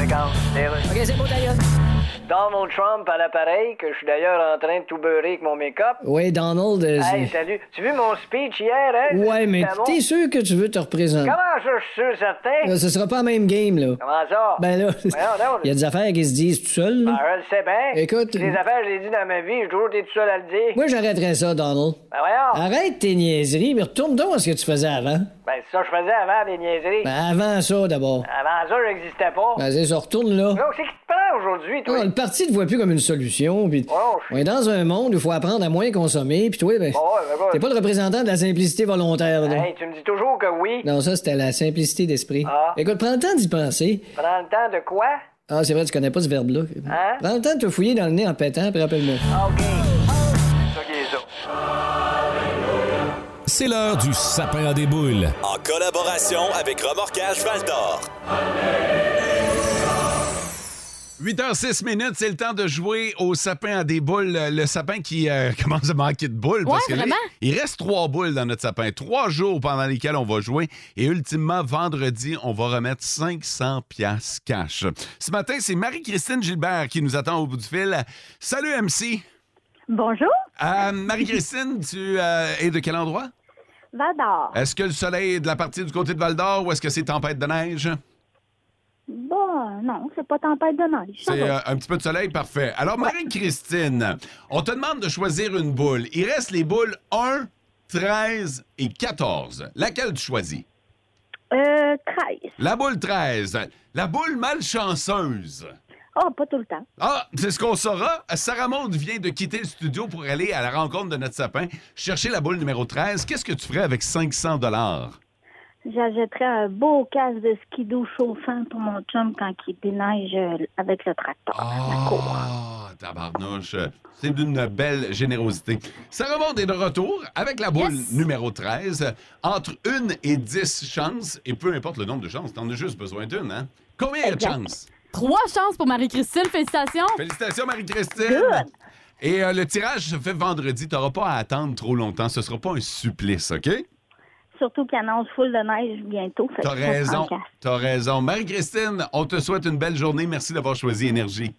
S12: Regarde, OK, c'est beau d'ailleurs. Donald Trump à l'appareil, que je suis d'ailleurs en train de tout beurrer avec mon make-up.
S7: Oui, Donald. euh,
S12: Hey,
S7: c'est-
S12: salut. Tu as vu mon speech hier, hein?
S7: ouais, mais
S12: C'était bon.
S7: t'es sûr que tu veux te représenter?
S12: Comment ça, je suis sûr, certain?
S7: Euh, ce sera pas la même game, là.
S12: Comment ça?
S7: Ben là,
S12: Voyons donc.
S7: il y a des affaires qui se disent tout seul, là.
S12: Ah, je le sais bien.
S7: Écoute-
S12: Les affaires, je les ai dit dans ma vie, j'ai toujours été tout seul à le dire.
S7: Moi, j'arrêterais ça, Donald.
S12: Ben voyons.
S7: Arrête tes niaiseries, mais retourne donc à ce que tu faisais avant.
S12: Ben, c'est ça que je faisais avant, des niaiseries.
S7: Ben, avant ça, d'abord.
S12: Avant ça, j'existais pas.
S7: Vas-y, ça retourne, là.
S12: Donc, c'est qui te prend aujourd'hui, toi?
S7: Non, Ah, le parti te voit plus comme une solution. Puis on est dans un monde où il faut apprendre à moins consommer. Puis toi, ben,
S12: Bon, ouais, ben, bon.
S7: t'es pas le représentant de la simplicité volontaire. là.
S12: Hey, tu me dis toujours que oui.
S7: Non, ça, c'était la simplicité d'esprit.
S12: Ah.
S7: Écoute, prends le temps d'y penser.
S12: Prends le temps de quoi?
S7: Ah, c'est vrai, tu connais pas ce verbe-là.
S12: Hein?
S7: Prends le temps de te fouiller dans le nez en pétant, puis rappelle-moi.
S5: C'est l'heure du sapin à des boules.
S15: En collaboration avec Remorquage Valdor.
S4: 8h06 minutes, c'est le temps de jouer au sapin à des boules. Le le sapin qui euh, commence à manquer de boules. parce
S3: Ouais,
S4: que là,
S3: vraiment?
S4: il reste trois boules dans notre sapin. Trois jours pendant lesquels on va jouer. Et ultimement, vendredi, on va remettre 500 pièces cash. Ce matin, c'est Marie-Christine Gilbert qui nous attend au bout du fil. Salut, MC.
S16: Bonjour,
S4: Euh, Marie-Christine, tu euh, es de quel endroit?
S16: Vador.
S4: Est-ce que le soleil est de la partie du côté de Val-d'Or ou est-ce que c'est tempête de neige?
S16: Bon, non, c'est pas tempête de neige. ça
S4: C'est
S16: va.
S4: euh, un petit peu de soleil, parfait. Alors, Marie-Christine, on te demande de choisir une boule. Il reste les boules 1, 13 et 14. Laquelle tu choisis?
S16: Euh, 13.
S4: La boule 13. La boule malchanceuse.
S16: Ah, pas tout le temps.
S4: Ah, c'est ce qu'on saura. Sarah Maud vient de quitter le studio pour aller à la rencontre de notre sapin, chercher la boule numéro 13. Qu'est-ce que tu ferais avec 500 dollars?
S16: J'achèterais un beau casque de skidoo chauffant pour mon chum quand il déneige euh, avec le tracteur.
S4: Ah, tabarnouche. C'est d'une belle générosité. Sarah Maud est de retour avec la boule numéro 13. Entre une et 10 chances, et peu importe le nombre de chances, t'en as juste besoin d'une, hein? Combien il y a de chances?
S3: Trois chances pour Marie-Christine. Félicitations.
S4: Félicitations, Marie-Christine. Et euh, le tirage se fait vendredi. Tu n'auras pas à attendre trop longtemps. Ce sera pas un supplice, OK?
S16: Surtout qu'il annonce full de neige bientôt. fait que
S4: T'as
S16: je vais
S4: raison.
S16: prendre le casque.
S4: T'as raison. Marie-Christine, on te souhaite une belle journée. Merci d'avoir choisi Énergie.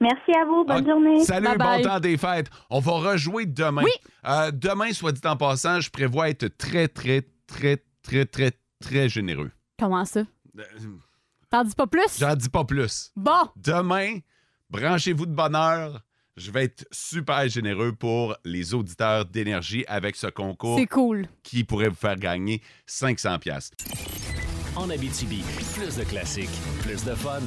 S16: Merci à vous. Bonne
S4: Ah,
S16: journée.
S4: Salut, bon temps des fêtes. On va rejouer demain. Euh, demain, soit dit en passant, je prévois être très, très, très, très, très, très généreux.
S3: Comment ça?
S4: Euh,
S3: T'en dis pas plus?
S4: J'en dis pas plus.
S3: Bon.
S4: Demain, branchez-vous de bonne heure. Je vais être super généreux pour les auditeurs d'énergie avec ce concours.
S3: C'est cool.
S4: Qui pourrait vous faire gagner 500 pièces.
S5: En Abitibi, plus de classiques, plus de fun.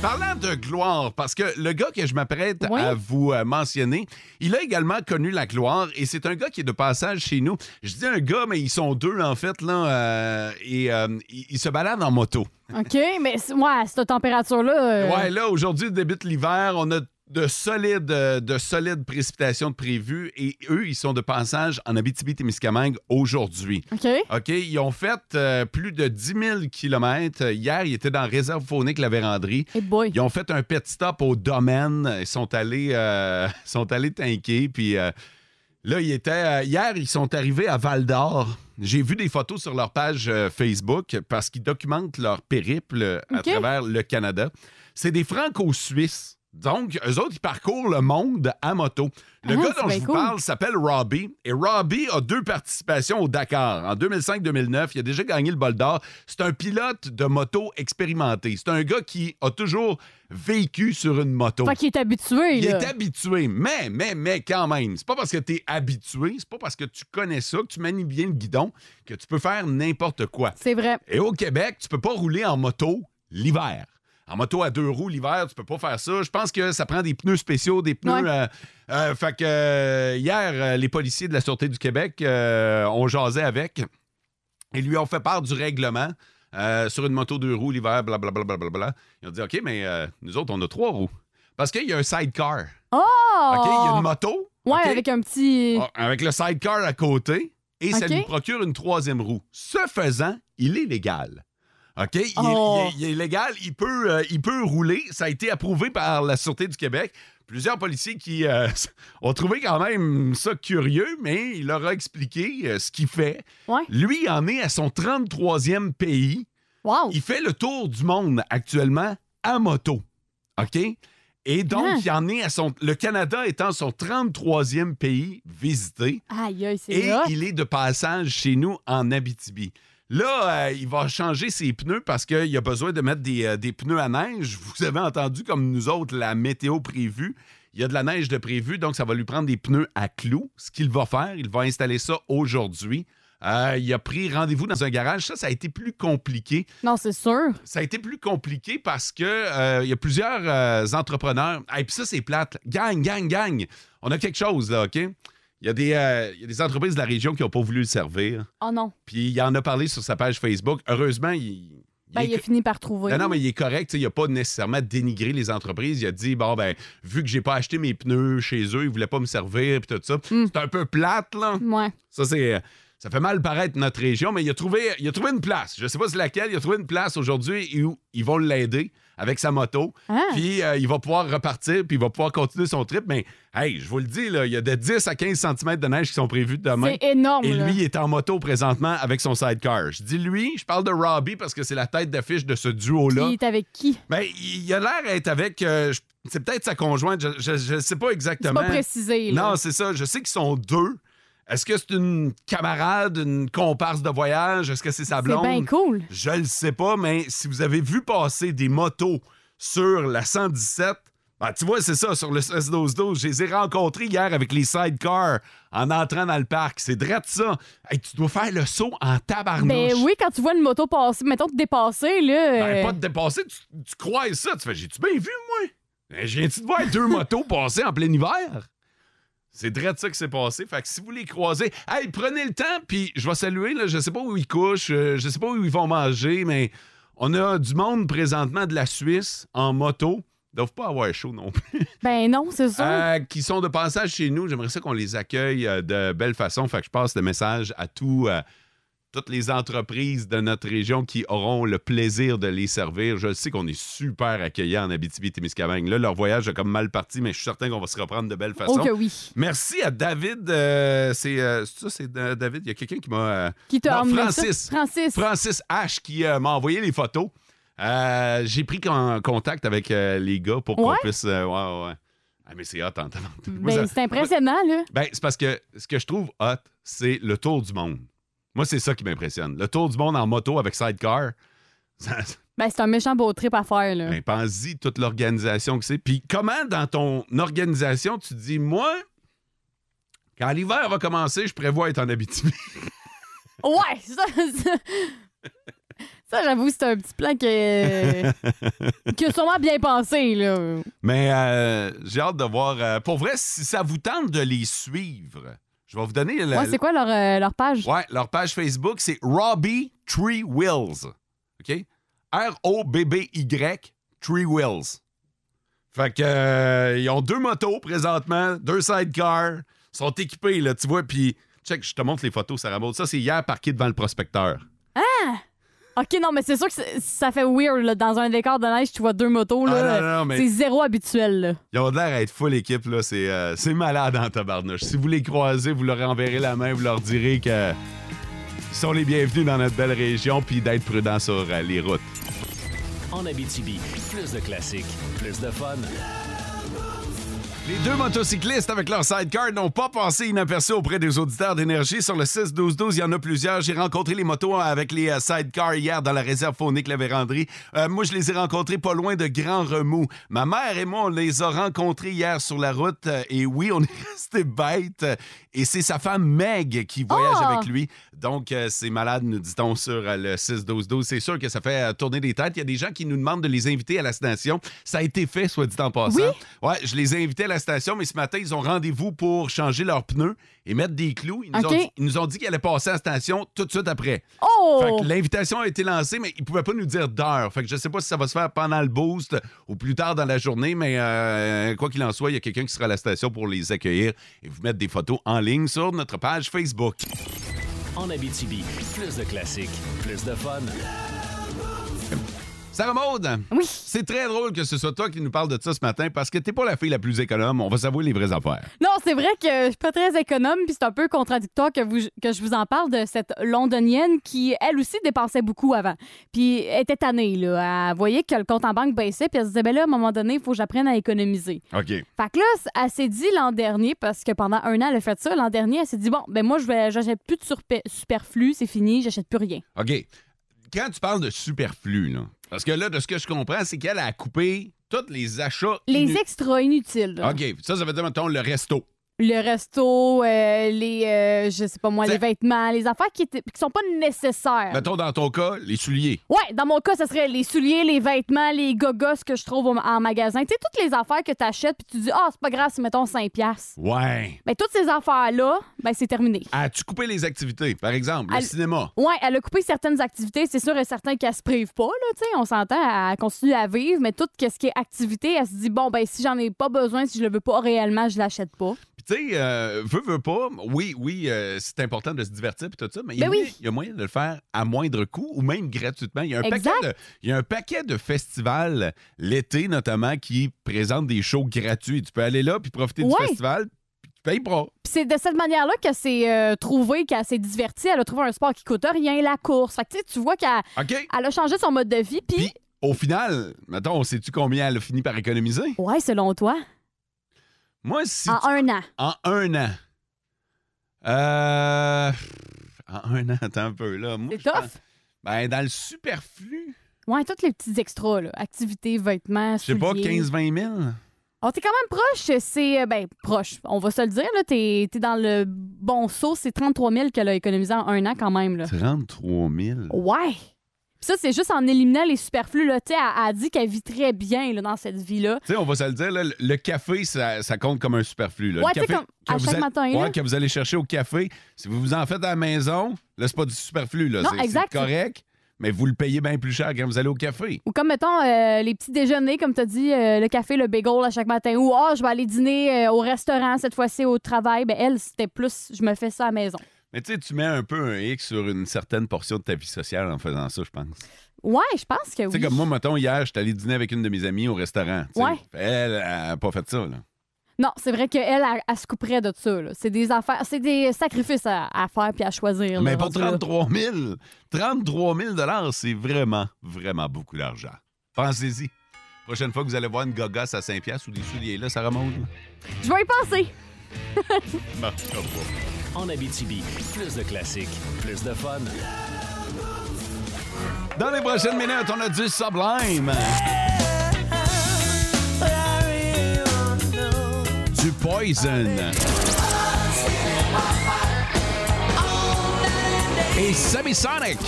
S4: Parlant de gloire, parce que le gars que je m'apprête à vous euh, mentionner, il a également connu la gloire et c'est un gars qui est de passage chez nous. Je dis un gars, mais ils sont deux en fait là euh, et euh, ils ils se baladent en moto.
S3: OK, mais c- ouais, cette température-là. euh,
S4: Ouais, là, aujourd'hui débute l'hiver. On a de solides, euh, de solides précipitations de prévues et eux, ils sont de passage en Abitibi-Témiscamingue aujourd'hui.
S3: OK.
S4: OK. Ils ont fait euh, plus de 10 000 kilomètres. Hier, ils étaient dans la réserve faunique La Véranderie. Ils ont fait un pit stop au domaine. Ils sont allés, euh, sont allés tanker. Puis euh, là, ils étaient. euh, hier, ils sont arrivés à Val d'Or. J'ai vu des photos sur leur page euh, Facebook parce qu'ils documentent leur périple euh, à
S14: OK.
S4: travers le Canada. C'est des franco-suisses. Donc, eux autres, ils parcourent le monde à moto. Le
S14: Ah,
S4: gars
S14: c'est
S4: dont
S14: bien
S4: je vous
S14: cool.
S4: parle s'appelle Robbie. Et Robbie a deux participations au Dakar. En 2005-2009, il a déjà gagné le bol d'or. C'est un pilote de moto expérimenté. C'est un gars qui a toujours vécu sur une moto.
S3: Fait qu'il est habitué,
S4: Il
S3: là.
S4: est habitué, mais, mais, mais quand même, c'est pas parce que tu es habitué, c'est pas parce que tu connais ça, que tu manies bien le guidon, que tu peux faire n'importe quoi.
S3: C'est vrai.
S4: Et au Québec, tu peux pas rouler en moto l'hiver. En moto à deux roues l'hiver, tu peux pas faire ça. Je pense que ça prend des pneus spéciaux, des pneus. euh, euh, fait que euh, hier, euh, les policiers de la Sûreté du Québec euh, ont jasé avec et lui ont fait part du règlement. euh, sur une moto deux roues l'hiver, blablabla. Bla, bla, bla. Ils ont dit OK, mais euh, nous autres, on a trois roues. Parce qu'il y a un sidecar.
S3: Oh!
S4: OK, il y a une moto.
S3: Ouais,
S4: OK?
S3: avec un petit.
S4: Ah, Avec le sidecar à côté. Et ça
S3: OK.
S4: lui procure une troisième roue. Ce faisant, il est légal. OK? Il, est-
S14: Oh.
S4: il est, il est légal. Il peut, euh, il peut rouler. Ça a été approuvé par la Sûreté du Québec. Plusieurs policiers qui euh, ont trouvé quand même ça curieux, mais il leur a expliqué euh, ce qu'il fait. Lui, il en est à son 33e pays. Il fait le tour du monde actuellement à moto. OK? Et donc, il en est à son. Le Canada étant son 33e pays visité.
S3: Aïe, aïe, c'est
S4: Ah. Et
S3: là.
S4: il est de passage chez nous en Abitibi. Là, euh, il va changer ses pneus parce qu'il a besoin de mettre des, euh, des pneus à neige. Vous avez entendu, comme nous autres, la météo prévue. Il y a de la neige de prévue, donc ça va lui prendre des pneus à clous. Ce qu'il va faire, il va installer ça aujourd'hui. Euh, il a pris rendez-vous dans un garage. Ça, ça a été plus compliqué.
S3: Non, c'est sûr.
S4: Ça a été plus compliqué parce que euh, il y a plusieurs euh, entrepreneurs. Et puis ça, c'est plate. Gagne, gagne, gagne. On a quelque chose, là, OK? Il y, a des, euh, il y a des entreprises de la région qui n'ont pas voulu le servir.
S3: Oh non.
S4: Puis il en a parlé sur sa page Facebook. Heureusement, il.
S3: Ben, il a fini par trouver.
S4: Non, non, mais il est correct. tu sais, Il n'a pas nécessairement dénigré les entreprises. Il a dit, bon, ben, vu que j'ai pas acheté mes pneus chez eux, ils ne voulaient pas me servir, puis tout ça. C'est un peu plate, là.
S3: Hmm. Ouais.
S4: Ça, c'est. euh, Ça fait mal paraître notre région, mais il a trouvé, il a trouvé une place. Je ne sais pas c'est laquelle, il a trouvé une place aujourd'hui et où ils vont l'aider avec sa moto.
S3: Ah.
S4: Puis euh, il va pouvoir repartir, puis il va pouvoir continuer son trip. Mais hey, je vous le dis, là, il y a de 10 à 15 cm de neige qui sont prévus demain.
S3: C'est énorme,
S4: Et
S3: là.
S4: lui, il est en moto présentement avec son sidecar. Je dis lui, je parle de Robbie parce que c'est la tête d'affiche de ce duo-là.
S3: Il est avec qui?
S4: Ben, il a l'air d'être avec. euh, je- c'est peut-être sa conjointe, je ne sais pas exactement.
S3: C'est pas précisé, là.
S4: Non, c'est ça. Je sais qu'ils sont deux. Est-ce que c'est une camarade, une comparse de voyage? Est-ce que c'est sa blonde?
S3: bien cool.
S4: Je le sais pas, mais si vous avez vu passer des motos sur la 117, Ben, tu vois, c'est ça, sur le 16-12-12, je les ai rencontrés hier avec les sidecars en entrant dans le parc. C'est drôle ça. Hey, tu dois faire le saut en tabarnouche.
S3: Ben oui, quand tu vois une moto passer, mettons te dépasser, là.
S4: Ben,
S3: euh,
S4: pas de dépasser, tu, tu croises ça. Tu fais, j'ai-tu bien vu, moi? Ben, J'ai viens-tu de voir deux motos passer en plein hiver? C'est de ça qui s'est passé. Fait que si vous les croisez, hey, prenez le temps, puis je vais saluer. Là, je sais pas où ils couchent, euh, je sais pas où ils vont manger, mais on a du monde présentement de la Suisse en moto. Ils doivent pas avoir chaud non plus.
S3: Ben non, c'est sûr.
S4: Euh, qui sont de passage chez nous. J'aimerais ça qu'on les accueille euh, de belle façon. Fait que je passe le message à tout, euh, toutes les entreprises de notre région qui auront le plaisir de les servir. Je sais qu'on est super accueillants en Abitibi-Témiscamingue. Là, leur voyage a comme mal parti, mais je suis certain qu'on va se reprendre de belle façon.
S3: Oh que oui.
S4: Merci à David. euh, c'est euh, c'est ça, c'est euh, David. Il y a quelqu'un qui m'a. euh,
S3: Qui t'a
S4: non,
S3: emmené ça?
S4: Francis.
S3: Francis.
S4: Francis H qui euh, m'a envoyé les photos. Euh, J'ai pris con- contact avec euh, les gars pour qu'on
S3: Ouais?
S4: puisse. euh, ouais, ouais, ouais. Ah, mais c'est hot en tabarnak. Moi,
S3: Ben,
S4: ça-
S3: c'est impressionnant, là.
S4: ben, c'est parce que ce que je trouve hot, c'est le tour du monde. Moi, c'est ça qui m'impressionne. Le tour du monde en moto avec sidecar. Ça-
S3: Ben, c'est un méchant beau trip à faire, là.
S4: ben, pense-y, toute l'organisation que c'est. Puis comment, dans ton organisation, tu dis, moi, quand l'hiver va commencer, je prévois être en Abitibi.
S3: Ouais, ça, ça, ça, j'avoue, c'est un petit plan que, qui a sûrement bien pensé, là.
S4: Mais euh, j'ai hâte de voir. euh, pour vrai, si ça vous tente de les suivre, je vais vous donner la-
S3: Ouais, c'est quoi leur, euh, leur page?
S4: Ouais, leur page Facebook, c'est Robbie Tree Wheels. OK? R-O-B-B-Y Tree Wheels. Fait que, euh, ils ont deux motos présentement, deux sidecars. Ils sont équipés, là, tu vois. Puis, check, je te montre les photos, Sarah Maud. Ça, c'est hier parqué devant le prospecteur.
S3: Ah! OK, non, mais c'est sûr que c'est- ça fait weird, là. Dans un décor de neige, tu vois deux motos, là.
S4: Ah, non, non, non, mais-
S3: C'est zéro habituel, là.
S4: Ils ont l'air à être full équipe, là. C'est, euh, c'est malade en tabarnouche. Si vous les croisez, vous leur enverrez la main, vous leur direz que ils sont les bienvenus dans notre belle région, puis d'être prudents sur euh, les routes.
S5: En Abitibi, plus de classiques, plus de fun.
S4: Les deux motocyclistes avec leur sidecar n'ont pas passé inaperçus auprès des auditeurs d'énergie. Sur le 6-12-12, il y en a plusieurs. J'ai rencontré les motos avec les euh, sidecars hier dans la réserve faunique La Vérandrie. Euh, moi, je les ai rencontrés pas loin de Grand Remous. Ma mère et moi, on les a rencontrés hier sur la route. euh, Et oui, on est restés bêtes. Euh, Et c'est sa femme Meg qui voyage
S14: Ah!
S4: avec lui. Donc, euh, c'est malade, nous dit-on, sur euh, le 6-12-12. C'est sûr que ça fait euh, tourner des têtes. Il y a des gens qui nous demandent de les inviter à la station. Ça a été fait, soit dit en passant. Ouais, je les ai invités à la station, mais ce matin, ils ont rendez-vous pour changer leurs pneus et mettre des clous. Ils nous,
S3: OK.
S4: ont, dit- ils nous ont dit qu'ils allaient passer à la station tout de suite après.
S3: Oh!
S4: Fait que l'invitation a été lancée, mais ils ne pouvaient pas nous dire d'heure. Fait que je sais pas si ça va se faire pendant le boost ou plus tard dans la journée, mais euh, quoi qu'il en soit, il y a quelqu'un qui sera à la station pour les accueillir et vous mettre des photos en ligne sur notre page Facebook.
S5: En Abitibi, plus de classiques, plus de fun.
S4: Sarah Maud, c'est très drôle que ce soit toi qui nous parle de ça ce matin parce que t'es pas la fille la plus économe. On va s'avouer les vraies affaires.
S3: Non, c'est vrai que je suis pas très économe, puis c'est un peu contradictoire que, vous, que je vous en parle de cette londonienne qui, elle aussi, dépensait beaucoup avant. Puis elle était tannée, là. Elle voyait que le compte en banque baissait, puis elle se disait, ben là, à un moment donné, il faut que j'apprenne à économiser.
S4: OK.
S3: Fait que là, elle s'est dit l'an dernier, parce que pendant un an, elle a fait ça, l'an dernier, elle s'est dit, bon, ben moi, je vais, j'achète plus de surpe- superflu, c'est fini, j'achète plus rien.
S4: OK. Quand tu parles de superflu, là, parce que là, de ce que je comprends, c'est qu'elle a coupé tous les achats.
S3: Les
S4: inu-
S3: extras inutiles. là.
S4: OK. Ça, ça veut dire, mettons, le resto.
S3: Le resto, euh, les, euh, je sais pas moi,
S4: T'sais-
S3: les vêtements, les affaires qui, étaient- qui sont pas nécessaires.
S4: Mettons, dans ton cas, les souliers.
S3: Ouais, dans mon cas, ça serait les souliers, les vêtements, les gogos que je trouve au- en magasin. Tu sais, toutes les affaires que tu achètes, puis tu dis, ah, c'est pas grave si mettons 5$. piastres.
S4: Ouais.
S3: Ben, toutes ces affaires-là, ben, c'est terminé.
S4: As-tu coupé les activités? Par exemple, le
S3: Elle-
S4: cinéma.
S3: Ouais, elle a coupé certaines activités. C'est sûr et certain qu'elle se prive pas, là, tu sais. On s'entend, elle continue à vivre, mais tout ce qui est activité, elle se dit, bon, ben, si j'en ai pas besoin, si je le veux pas réellement, je l'achète pas.
S4: Puis, tu sais, euh, veux, veux pas, oui, oui, euh, c'est important de se divertir puis tout ça, mais il y, a
S3: Ben
S4: moyen-
S3: oui.
S4: il y a moyen de le faire à moindre coût ou même gratuitement. Il y a un, paquet
S3: Exact.
S4: de, il y a un paquet de festivals l'été, notamment, qui présentent des shows gratuits. Tu peux aller là puis profiter du
S3: Ouais.
S4: festival, puis tu payes pas.
S3: Puis c'est de cette manière-là qu'elle s'est euh, trouvée, qu'elle s'est divertie. Elle a trouvé un sport qui coûte rien, la course. Fait que, tu sais, tu vois qu'elle
S4: OK.
S3: elle a changé son mode de vie, puis.
S4: Au final, mettons, sais-tu combien elle a fini par économiser?
S3: Ouais, selon toi.
S4: Moi, si.
S3: En un an.
S4: En un an. Euh. En un an, attends un peu, là. Moi,
S3: C'est
S4: je
S3: tough.
S4: pense- Ben, dans le superflu,
S3: Ouais, tous les petits extras, là. Activités, vêtements,
S4: je sais pas,
S3: souliers.
S4: 15-20 000.
S3: On t'est quand même proche, c'est. euh, Ben, proche. On va se le dire, là. T'es t'es dans le bon saut. C'est 33 000 qu'elle a économisé en un an, quand même, là.
S4: 33 000.
S3: Ouais! Puis ça, c'est juste en éliminant les superflus, là. Tu sais, elle, elle dit qu'elle vit très bien, là, dans cette vie-là.
S4: Tu sais, on va se le dire, là, le- le café, ça, ça compte comme un superflu. Là.
S3: Ouais,
S4: le
S3: tu
S4: café
S3: sais, comme à
S4: vous
S3: chaque
S4: allez-
S3: matin, là.
S4: ouais, que vous allez chercher au café, si vous vous en faites à la maison, là, c'est pas du superflu. Là.
S3: Non,
S4: C'est- c'est
S3: exact.
S4: correct, mais vous le payez bien plus cher quand vous allez au café.
S3: Ou comme, mettons, euh, les petits déjeuners, comme t'as dit, euh, le café, le bagel à chaque matin. Ou, ah, je vais aller dîner euh, au restaurant cette fois-ci, au travail. Ben, elle, c'était plus, je me fais ça à la maison.
S4: Mais tu sais, tu mets un peu un X sur une certaine portion de ta vie sociale en faisant ça, je pense.
S3: Ouais, je pense que
S4: Tu sais,
S3: oui.
S4: comme moi, mettons, hier, j'étais allé dîner avec une de mes amies au restaurant. tu sais.
S3: Ouais.
S4: Elle n'a pas fait ça, là.
S3: Non, c'est vrai qu'elle, elle, elle se couperait de ça. là. C'est des affaires, c'est des sacrifices à, à faire puis à choisir.
S4: Mais
S3: là,
S4: pour
S3: rendu là.
S4: 33 000, 33 000 c'est vraiment, vraiment beaucoup d'argent. Pensez-y. Prochaine fois que vous allez voir une gogosse à 5 piastres ou des souliers là, ça remonte.
S3: Je vais y penser.
S5: En Abitibi, plus de classiques, plus de fun.
S4: Dans les prochaines minutes, on a du sublime. Du poison. Et Semisonic.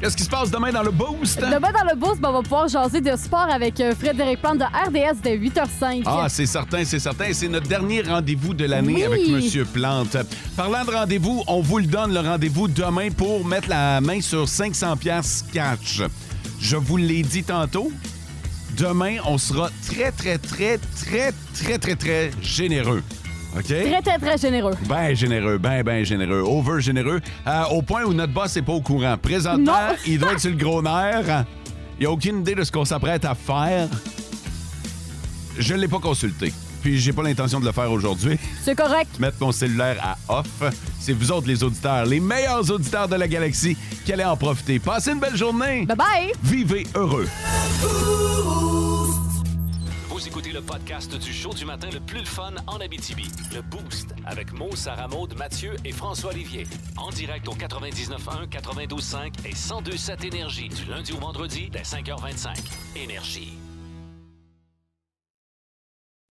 S4: Qu'est-ce qui se passe demain dans le boost?
S3: Demain dans le boost, ben, on va pouvoir jaser de sport avec euh, Frédéric Plante de RDS de 8h05.
S4: Ah, c'est certain, c'est certain. C'est notre dernier rendez-vous de l'année
S3: Oui.
S4: avec Monsieur Plante. Parlant de rendez-vous, on vous le donne, le rendez-vous demain pour mettre la main sur 500 pièces catch. Je vous l'ai dit tantôt, demain, on sera très, très, très, très, très, très, très généreux. OK?
S3: Très, très, très généreux.
S4: Ben généreux, ben, ben généreux, over généreux, euh, au point où notre boss n'est pas au courant. Présentement, il doit être sur le gros nerf. Il a aucune idée de ce qu'on s'apprête à faire. Je ne l'ai pas consulté. Puis j'ai pas l'intention de le faire aujourd'hui.
S3: C'est correct.
S4: Mettre mon cellulaire à off. C'est vous autres les auditeurs, les meilleurs auditeurs de la galaxie qui allez en profiter. Passez une belle journée.
S3: Bye bye.
S4: Vivez heureux.
S2: Vous écoutez le podcast du show du matin le plus fun en Abitibi. Le Boost avec Mo, Sarah Maud, Mathieu et François Olivier. En direct au 99.1, 92.5 et 102.7 Énergie du lundi au vendredi dès 5h25. Énergie.